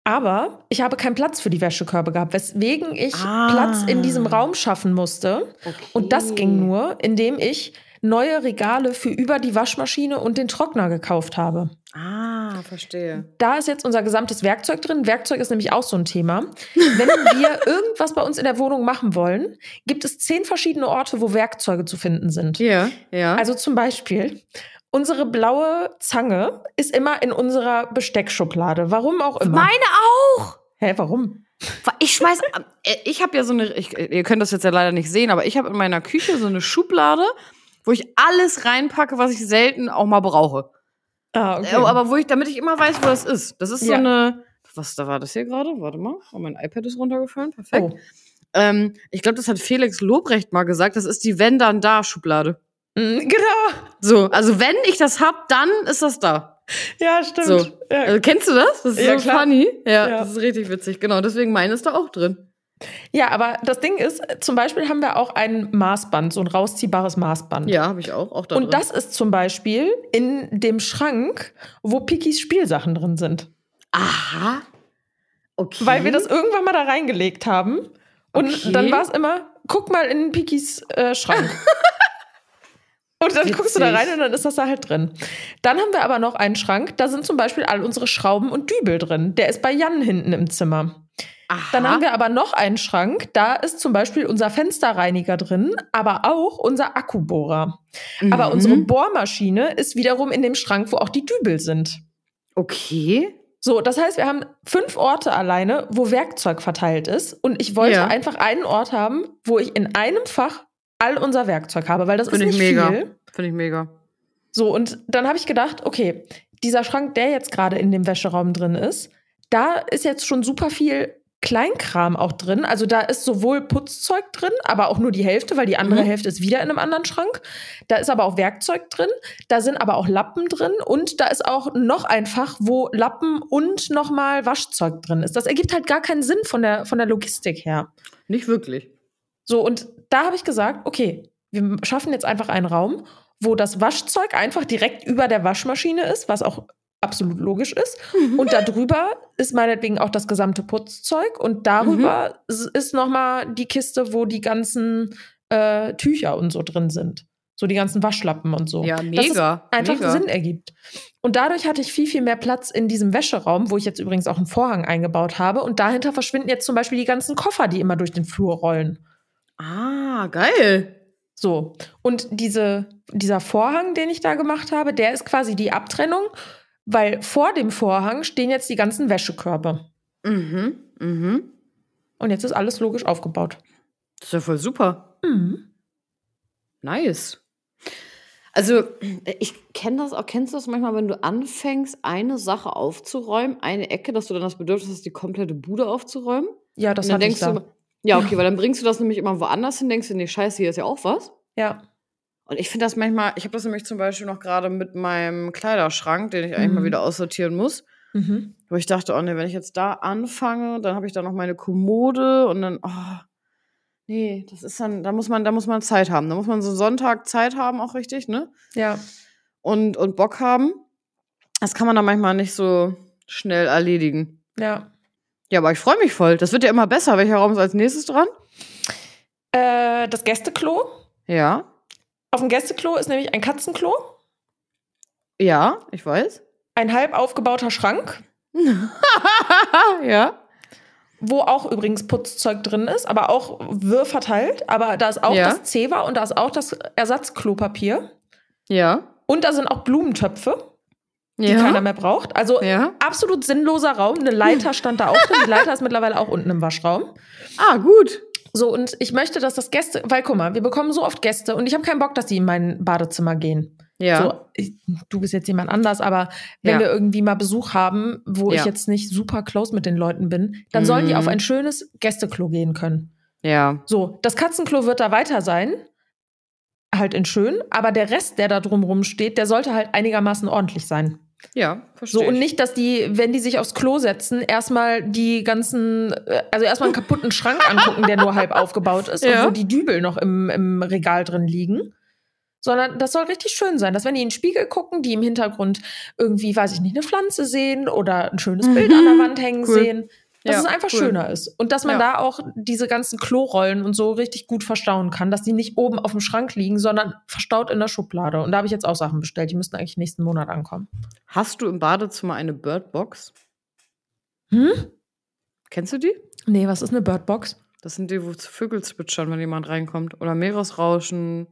Speaker 1: aber ich habe keinen Platz für die Wäschekörbe gehabt, weswegen ich
Speaker 2: Ah.
Speaker 1: Platz in diesem Raum schaffen musste.
Speaker 2: Okay.
Speaker 1: Und das ging nur, indem ich neue Regale für über die Waschmaschine und den Trockner gekauft habe.
Speaker 2: Ah, verstehe.
Speaker 1: Da ist jetzt unser gesamtes Werkzeug drin. Werkzeug ist nämlich auch so ein Thema. Wenn wir irgendwas bei uns in der Wohnung machen wollen, gibt es zehn verschiedene Orte, wo Werkzeuge zu finden sind.
Speaker 2: Ja. Ja.
Speaker 1: Also zum Beispiel, unsere blaue Zange ist immer in unserer Besteckschublade. Warum auch immer.
Speaker 2: Meine auch!
Speaker 1: Hä, warum?
Speaker 2: Ich schmeiß. äh, Ich habe ja so eine. Ich, äh, ihr könnt das jetzt ja leider nicht sehen, aber ich habe in meiner Küche so eine Schublade, wo ich alles reinpacke, was ich selten auch mal brauche.
Speaker 1: Ah,
Speaker 2: Äh, Aber wo ich, damit ich immer weiß, wo das ist. Das ist so
Speaker 1: Ja.
Speaker 2: eine. Was, da war das hier gerade? Warte mal. Oh, mein iPad ist runtergefallen. Perfekt.
Speaker 1: oh.
Speaker 2: Ähm, ich glaube, das hat Felix Lobrecht mal gesagt. Das ist die Wenn dann da Schublade.
Speaker 1: Mm, Genau.
Speaker 2: So, also wenn ich das hab, dann ist das da.
Speaker 1: Ja, stimmt.
Speaker 2: So.
Speaker 1: Ja.
Speaker 2: Also, kennst du das? Das ist
Speaker 1: Ja,
Speaker 2: so
Speaker 1: klar.
Speaker 2: funny. Ja,
Speaker 1: Ja.
Speaker 2: das ist richtig witzig. Genau, deswegen meine ist da auch drin.
Speaker 1: ja, aber das Ding ist, zum Beispiel haben wir auch ein Maßband, so ein rausziehbares Maßband.
Speaker 2: Ja, habe ich auch. auch da drin.
Speaker 1: Und das ist zum Beispiel in dem Schrank, wo Pikis Spielsachen drin sind.
Speaker 2: Aha. Okay.
Speaker 1: Weil wir das irgendwann mal da reingelegt haben. Und
Speaker 2: Okay.
Speaker 1: dann war es immer, guck mal in Pikis äh, Schrank. und dann guckst du da
Speaker 2: Witzig.
Speaker 1: rein und dann ist das da halt drin. Dann haben wir aber noch einen Schrank, da sind zum Beispiel all unsere Schrauben und Dübel drin. Der ist bei Jan hinten im Zimmer.
Speaker 2: Aha.
Speaker 1: Dann haben wir aber noch einen Schrank, da ist zum Beispiel unser Fensterreiniger drin, aber auch unser Akkubohrer. Aber
Speaker 2: Mhm.
Speaker 1: unsere Bohrmaschine ist wiederum in dem Schrank, wo auch die Dübel sind.
Speaker 2: Okay.
Speaker 1: So, das heißt, wir haben fünf Orte alleine, wo Werkzeug verteilt ist. Und ich wollte
Speaker 2: Ja.
Speaker 1: einfach einen Ort haben, wo ich in einem Fach all unser Werkzeug habe, weil das
Speaker 2: Finde
Speaker 1: ist
Speaker 2: ich
Speaker 1: nicht
Speaker 2: mega.
Speaker 1: viel.
Speaker 2: Finde ich mega.
Speaker 1: So, und dann habe ich gedacht, okay, dieser Schrank, der jetzt gerade in dem Wäscheraum drin ist, da ist jetzt schon super viel Kleinkram auch drin. Also da ist sowohl Putzzeug drin, aber auch nur die Hälfte, weil die andere
Speaker 2: Mhm.
Speaker 1: Hälfte ist wieder in einem anderen Schrank. Da ist aber auch Werkzeug drin, da sind aber auch Lappen drin und da ist auch noch ein Fach, wo Lappen und nochmal Waschzeug drin ist. Das ergibt halt gar keinen Sinn von der, von der Logistik her.
Speaker 2: Nicht wirklich.
Speaker 1: So, und da habe ich gesagt, okay, wir schaffen jetzt einfach einen Raum, wo das Waschzeug einfach direkt über der Waschmaschine ist, was auch absolut logisch ist.
Speaker 2: Mhm.
Speaker 1: Und darüber ist meinetwegen auch das gesamte Putzzeug und darüber
Speaker 2: Mhm.
Speaker 1: s- ist nochmal die Kiste, wo die ganzen äh, Tücher und so drin sind. So die ganzen Waschlappen und so.
Speaker 2: ja,
Speaker 1: Dass es
Speaker 2: mega.
Speaker 1: Oh. einfach
Speaker 2: mega.
Speaker 1: Sinn ergibt. Und dadurch hatte ich viel, viel mehr Platz in diesem Wäscheraum, wo ich jetzt übrigens auch einen Vorhang eingebaut habe. Und dahinter verschwinden jetzt zum Beispiel die ganzen Koffer, die immer durch den Flur rollen.
Speaker 2: Ah, geil.
Speaker 1: So. Und diese, dieser Vorhang, den ich da gemacht habe, der ist quasi die Abtrennung, weil vor dem Vorhang stehen jetzt die ganzen Wäschekörbe.
Speaker 2: Mhm, mhm.
Speaker 1: Und jetzt ist alles logisch aufgebaut.
Speaker 2: Das ist ja voll super.
Speaker 1: Mhm.
Speaker 2: Nice. Also, ich kenne das auch, kennst du das manchmal, wenn du anfängst, eine Sache aufzuräumen, eine Ecke, dass du dann das Bedürfnis hast, die komplette Bude aufzuräumen?
Speaker 1: Ja, das
Speaker 2: und dann
Speaker 1: hatte ich
Speaker 2: denkst
Speaker 1: da.
Speaker 2: du, ja, okay, weil dann bringst du das nämlich immer woanders hin, denkst du, nee, scheiße, hier ist ja auch was.
Speaker 1: ja.
Speaker 2: Und ich finde das manchmal, ich habe das nämlich zum Beispiel noch gerade mit meinem Kleiderschrank, den ich eigentlich
Speaker 1: Mhm.
Speaker 2: mal wieder aussortieren muss.
Speaker 1: Mhm.
Speaker 2: Wo ich dachte, oh nee, wenn ich jetzt da anfange, dann habe ich da noch meine Kommode und dann, oh, nee, das ist dann, da muss man, da muss man Zeit haben. Da muss man so einen Sonntag Zeit haben, auch richtig, ne?
Speaker 1: Ja.
Speaker 2: Und, und Bock haben. Das kann man dann manchmal nicht so schnell erledigen.
Speaker 1: Ja.
Speaker 2: Ja, aber ich freue mich voll. Das wird ja immer besser. Welcher Raum ist als nächstes dran?
Speaker 1: Äh, das Gästeklo.
Speaker 2: Ja.
Speaker 1: Auf dem Gästeklo ist nämlich ein Katzenklo,
Speaker 2: Ja, ich weiß.
Speaker 1: ein halb aufgebauter Schrank,
Speaker 2: Ah, ja.
Speaker 1: wo auch übrigens Putzzeug drin ist, aber auch wirr verteilt. Aber da ist auch
Speaker 2: Ja.
Speaker 1: das Zewa und da ist auch das Ersatzklopapier.
Speaker 2: Ja.
Speaker 1: Und da sind auch Blumentöpfe, die
Speaker 2: ja.
Speaker 1: keiner mehr braucht. Also
Speaker 2: ja.
Speaker 1: absolut sinnloser Raum. Eine Leiter stand da auch drin. Die Leiter ist mittlerweile auch unten im Waschraum.
Speaker 2: Ah, gut.
Speaker 1: So, und ich möchte, dass das Gäste, weil guck mal, wir bekommen so oft Gäste und ich habe keinen Bock, dass die in mein Badezimmer gehen.
Speaker 2: Ja.
Speaker 1: So, ich, du bist jetzt jemand anders, aber wenn
Speaker 2: Ja.
Speaker 1: wir irgendwie mal Besuch haben, wo
Speaker 2: Ja.
Speaker 1: ich jetzt nicht super close mit den Leuten bin, dann sollen die
Speaker 2: Mhm.
Speaker 1: auf ein schönes Gästeklo gehen können.
Speaker 2: Ja.
Speaker 1: So, das Katzenklo wird da weiter sein, halt in schön, aber der Rest, der da drumrum steht, der sollte halt einigermaßen ordentlich sein.
Speaker 2: Ja,
Speaker 1: So,
Speaker 2: verstehe.
Speaker 1: und nicht, dass die, wenn die sich aufs Klo setzen, erstmal die ganzen, äh, also erstmal einen kaputten Schrank angucken, der nur halb aufgebaut ist
Speaker 2: Ja.
Speaker 1: und wo die Dübel noch im, im Regal drin liegen. Sondern das soll richtig schön sein, dass wenn die in den Spiegel gucken, die im Hintergrund irgendwie, weiß ich nicht, eine Pflanze sehen oder ein schönes Bild an der Wand hängen
Speaker 2: Mhm. Cool.
Speaker 1: sehen, dass
Speaker 2: Ja,
Speaker 1: es einfach
Speaker 2: cool.
Speaker 1: schöner ist. Und dass man
Speaker 2: Ja.
Speaker 1: da auch diese ganzen Klorollen und so richtig gut verstauen kann, dass die nicht oben auf dem Schrank liegen, sondern verstaut in der Schublade. Und da habe ich jetzt auch Sachen bestellt, die müssten eigentlich nächsten Monat ankommen.
Speaker 2: Hast du im Badezimmer eine Birdbox?
Speaker 1: Hm?
Speaker 2: Kennst du die?
Speaker 1: Nee, was ist eine Birdbox?
Speaker 2: Das sind die, wo Vögel zwitschern, wenn jemand reinkommt. Oder Meeresrauschen.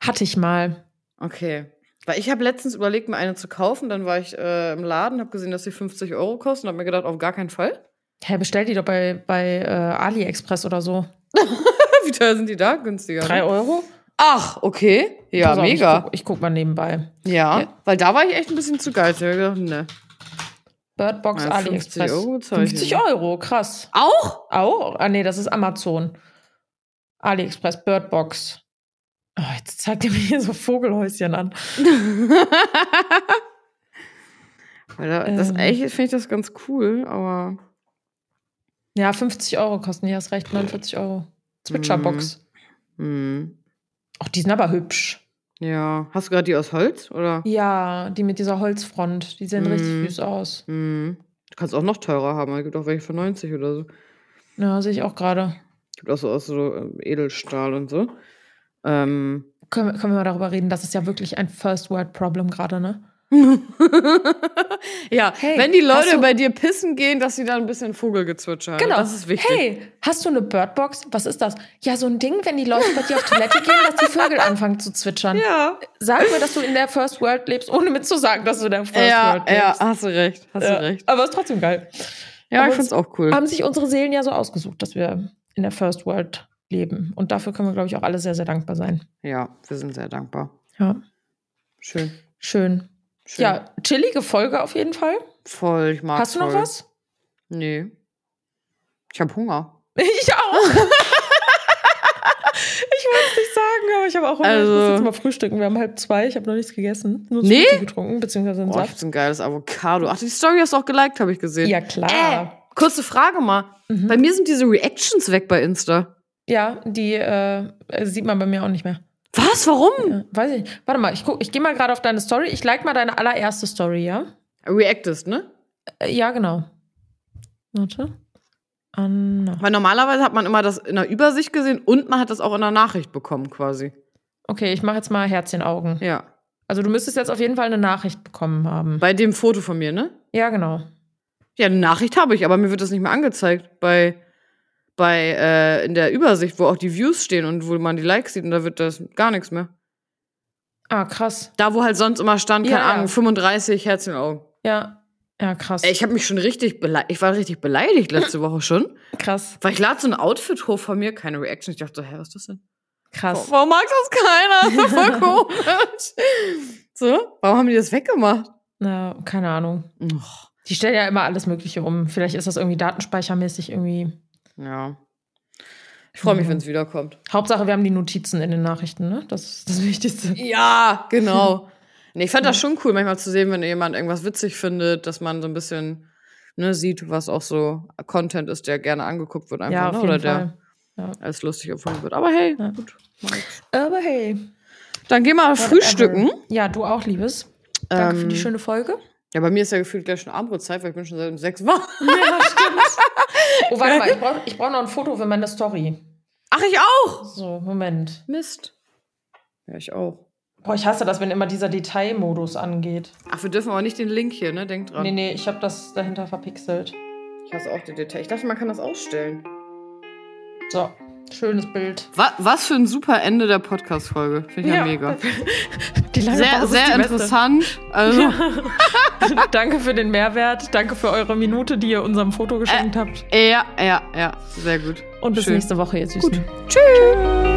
Speaker 1: Hatte ich mal.
Speaker 2: Okay. Weil ich habe letztens überlegt, mir eine zu kaufen. Dann war ich äh, im Laden, habe gesehen, dass die 50 Euro kosten und habe mir gedacht, auf gar keinen Fall.
Speaker 1: Hä, bestell die doch bei, bei äh, AliExpress oder so.
Speaker 2: Wie teuer sind die da? Günstiger. ne?
Speaker 1: Drei Euro?
Speaker 2: Ach, okay. Ja,
Speaker 1: Pass auf, Ich
Speaker 2: mega.
Speaker 1: guck, ich guck mal nebenbei.
Speaker 2: Ja,
Speaker 1: Ja.
Speaker 2: weil da war ich echt ein bisschen zu geil. Ich habe gedacht, ne.
Speaker 1: Birdbox
Speaker 2: Ja, 50
Speaker 1: AliExpress.
Speaker 2: Euro zahl ich
Speaker 1: 50
Speaker 2: hier.
Speaker 1: Euro, krass.
Speaker 2: Auch?
Speaker 1: Auch? Ah, nee, das ist Amazon. AliExpress, Birdbox. Oh, jetzt zeigt ihr mir hier so Vogelhäuschen an.
Speaker 2: Weil da, das
Speaker 1: Ähm.
Speaker 2: eigentlich finde ich das ganz cool, aber.
Speaker 1: Ja, 50 Euro kosten die, hast recht, 49 Euro.
Speaker 2: Mhm.
Speaker 1: Switcherbox.
Speaker 2: Hm.
Speaker 1: Auch die sind aber hübsch.
Speaker 2: Ja. Hast du gerade die aus Holz? Oder?
Speaker 1: Ja, die mit dieser Holzfront, die sehen
Speaker 2: Mhm.
Speaker 1: richtig süß aus.
Speaker 2: Hm. Du kannst auch noch teurer haben, es gibt auch welche für 90 oder so.
Speaker 1: Ja, sehe ich auch gerade.
Speaker 2: Gibt auch so aus so ähm, Edelstahl und so. Ähm.
Speaker 1: Können, wir- können wir mal darüber reden, das ist ja wirklich ein First-World-Problem gerade, ne?
Speaker 2: ja,
Speaker 1: Hey,
Speaker 2: wenn die
Speaker 1: hast
Speaker 2: Leute
Speaker 1: du-
Speaker 2: bei dir pissen gehen, dass sie dann ein bisschen Vogelgezwitscher haben. Das ist wichtig.
Speaker 1: Hey, hast du eine Birdbox? Was ist das? Ja, so ein Ding, wenn die Leute bei dir auf Toilette gehen, dass die Vögel anfangen zu zwitschern.
Speaker 2: Ja.
Speaker 1: Sag mir, dass du in der First World lebst, ohne mir zu sagen, dass du in der First
Speaker 2: Ja,
Speaker 1: World
Speaker 2: ja,
Speaker 1: lebst.
Speaker 2: hast du recht. Hast
Speaker 1: Ja,
Speaker 2: du recht.
Speaker 1: Aber ist trotzdem geil.
Speaker 2: Ja,
Speaker 1: aber
Speaker 2: ich
Speaker 1: es-
Speaker 2: find's auch cool.
Speaker 1: Haben sich unsere Seelen ja so ausgesucht, dass wir in der First World leben. Und dafür können wir, glaube ich, auch alle sehr, sehr dankbar sein.
Speaker 2: Ja, wir sind sehr dankbar.
Speaker 1: Ja,
Speaker 2: Schön.
Speaker 1: schön.
Speaker 2: Schön.
Speaker 1: Ja, chillige Folge auf jeden Fall.
Speaker 2: Voll, ich mag
Speaker 1: hast du noch
Speaker 2: voll.
Speaker 1: was?
Speaker 2: Nee. Ich habe Hunger.
Speaker 1: Ich auch. ich wollte es nicht sagen, aber ich habe auch Hunger. ich muss
Speaker 2: Also-
Speaker 1: jetzt mal frühstücken. Wir haben halb zwei. Ich habe noch nichts gegessen. Nur
Speaker 2: Nee?
Speaker 1: Smoothie getrunken, beziehungsweise einen
Speaker 2: Boah, Oh, ich
Speaker 1: Saft.
Speaker 2: hab ein geiles Avocado. Ach, die Story hast du auch geliked, habe ich gesehen.
Speaker 1: Ja,
Speaker 2: Äh,
Speaker 1: klar.
Speaker 2: kurze Frage mal.
Speaker 1: Mhm.
Speaker 2: Äh, Bei mir sind diese Reactions weg bei Insta.
Speaker 1: Ja, die äh, sieht man bei mir auch nicht mehr.
Speaker 2: Was? Warum?
Speaker 1: Äh, weiß ich nicht. Warte mal, ich, guck- ich gehe mal gerade auf deine Story. Ich like mal deine allererste Story, ja?
Speaker 2: Reactest, ne?
Speaker 1: Äh, ja, genau. Warte. Anna.
Speaker 2: Weil normalerweise hat man immer das in der Übersicht gesehen und man hat das auch in der Nachricht bekommen, quasi.
Speaker 1: Okay, ich mache jetzt mal Herzchen-Augen.
Speaker 2: Ja.
Speaker 1: Also du müsstest jetzt auf jeden Fall eine Nachricht bekommen haben.
Speaker 2: Bei dem Foto von mir, ne?
Speaker 1: Ja, genau.
Speaker 2: Ja, eine Nachricht habe ich, aber mir wird das nicht mehr angezeigt. Bei, bei äh, in der Übersicht, wo auch die Views stehen und wo man die Likes sieht und da wird das gar nichts mehr.
Speaker 1: Ah, krass.
Speaker 2: Da, wo halt sonst immer stand, keine
Speaker 1: Ja, ja.
Speaker 2: Ahnung, 35 Herz in den Augen.
Speaker 1: Ja. Ja, krass.
Speaker 2: Ey, ich habe mich schon richtig beleidigt. Ich war richtig beleidigt letzte Woche schon.
Speaker 1: Krass.
Speaker 2: Weil ich lade so ein Outfit hoch von mir, keine Reaction. Ich dachte so, hä, was ist das denn?
Speaker 1: Krass.
Speaker 2: Warum mag das keiner? Voll komisch. So, warum haben die das weggemacht?
Speaker 1: Na, keine Ahnung.
Speaker 2: Och,
Speaker 1: Die stellen ja immer alles Mögliche um. Vielleicht ist das irgendwie datenspeichermäßig irgendwie.
Speaker 2: ja. Ich freue mich,
Speaker 1: Mhm.
Speaker 2: wenn es wiederkommt.
Speaker 1: Hauptsache, wir haben die Notizen in den Nachrichten, ne? Das ist das Wichtigste.
Speaker 2: Ja, genau. Nee, ich fand das schon cool, manchmal zu sehen, wenn jemand irgendwas witzig findet, dass man so ein bisschen ne, sieht, was auch so Content ist, der gerne angeguckt wird, einfach,
Speaker 1: ja,
Speaker 2: ne?
Speaker 1: auf
Speaker 2: oder
Speaker 1: jeden
Speaker 2: der
Speaker 1: Fall.
Speaker 2: als lustig empfunden wird. Aber hey,
Speaker 1: Ja.
Speaker 2: gut. mach nix.
Speaker 1: Aber hey.
Speaker 2: Dann geh mal
Speaker 1: whatever.
Speaker 2: frühstücken.
Speaker 1: Ja, du auch, Liebes. Danke für die
Speaker 2: Ähm,
Speaker 1: schöne Folge.
Speaker 2: Ja, bei mir ist ja gefühlt gleich schon Abendbrotzeit, weil ich bin schon seit um sechs wach.
Speaker 1: Ja, stimmt. Oh, warte mal, ich brauche ich brauch noch ein Foto für meine Story.
Speaker 2: Ach, ich auch!
Speaker 1: So, Moment.
Speaker 2: Mist. Ja, ich auch.
Speaker 1: Boah, ich hasse das, wenn immer dieser Detailmodus angeht.
Speaker 2: Ach, wir dürfen aber nicht den Link hier, ne? Denk dran.
Speaker 1: Nee, nee, ich habe das dahinter verpixelt.
Speaker 2: Ich hasse auch die Details. Ich dachte, man kann das ausstellen.
Speaker 1: So, schönes Bild.
Speaker 2: Was, was für ein super Ende der Podcast-Folge. Finde ich ja, mega.
Speaker 1: Die lange
Speaker 2: Sehr,
Speaker 1: Pause
Speaker 2: sehr
Speaker 1: ist die beste.
Speaker 2: interessant. Also,
Speaker 1: Danke für den Mehrwert. Danke für eure Minute, die ihr unserem Foto geschenkt habt.
Speaker 2: ja, ja, ja. Sehr gut.
Speaker 1: Und bis
Speaker 2: Äh, schön.
Speaker 1: nächste Woche, ihr Süßen.
Speaker 2: Tschüss.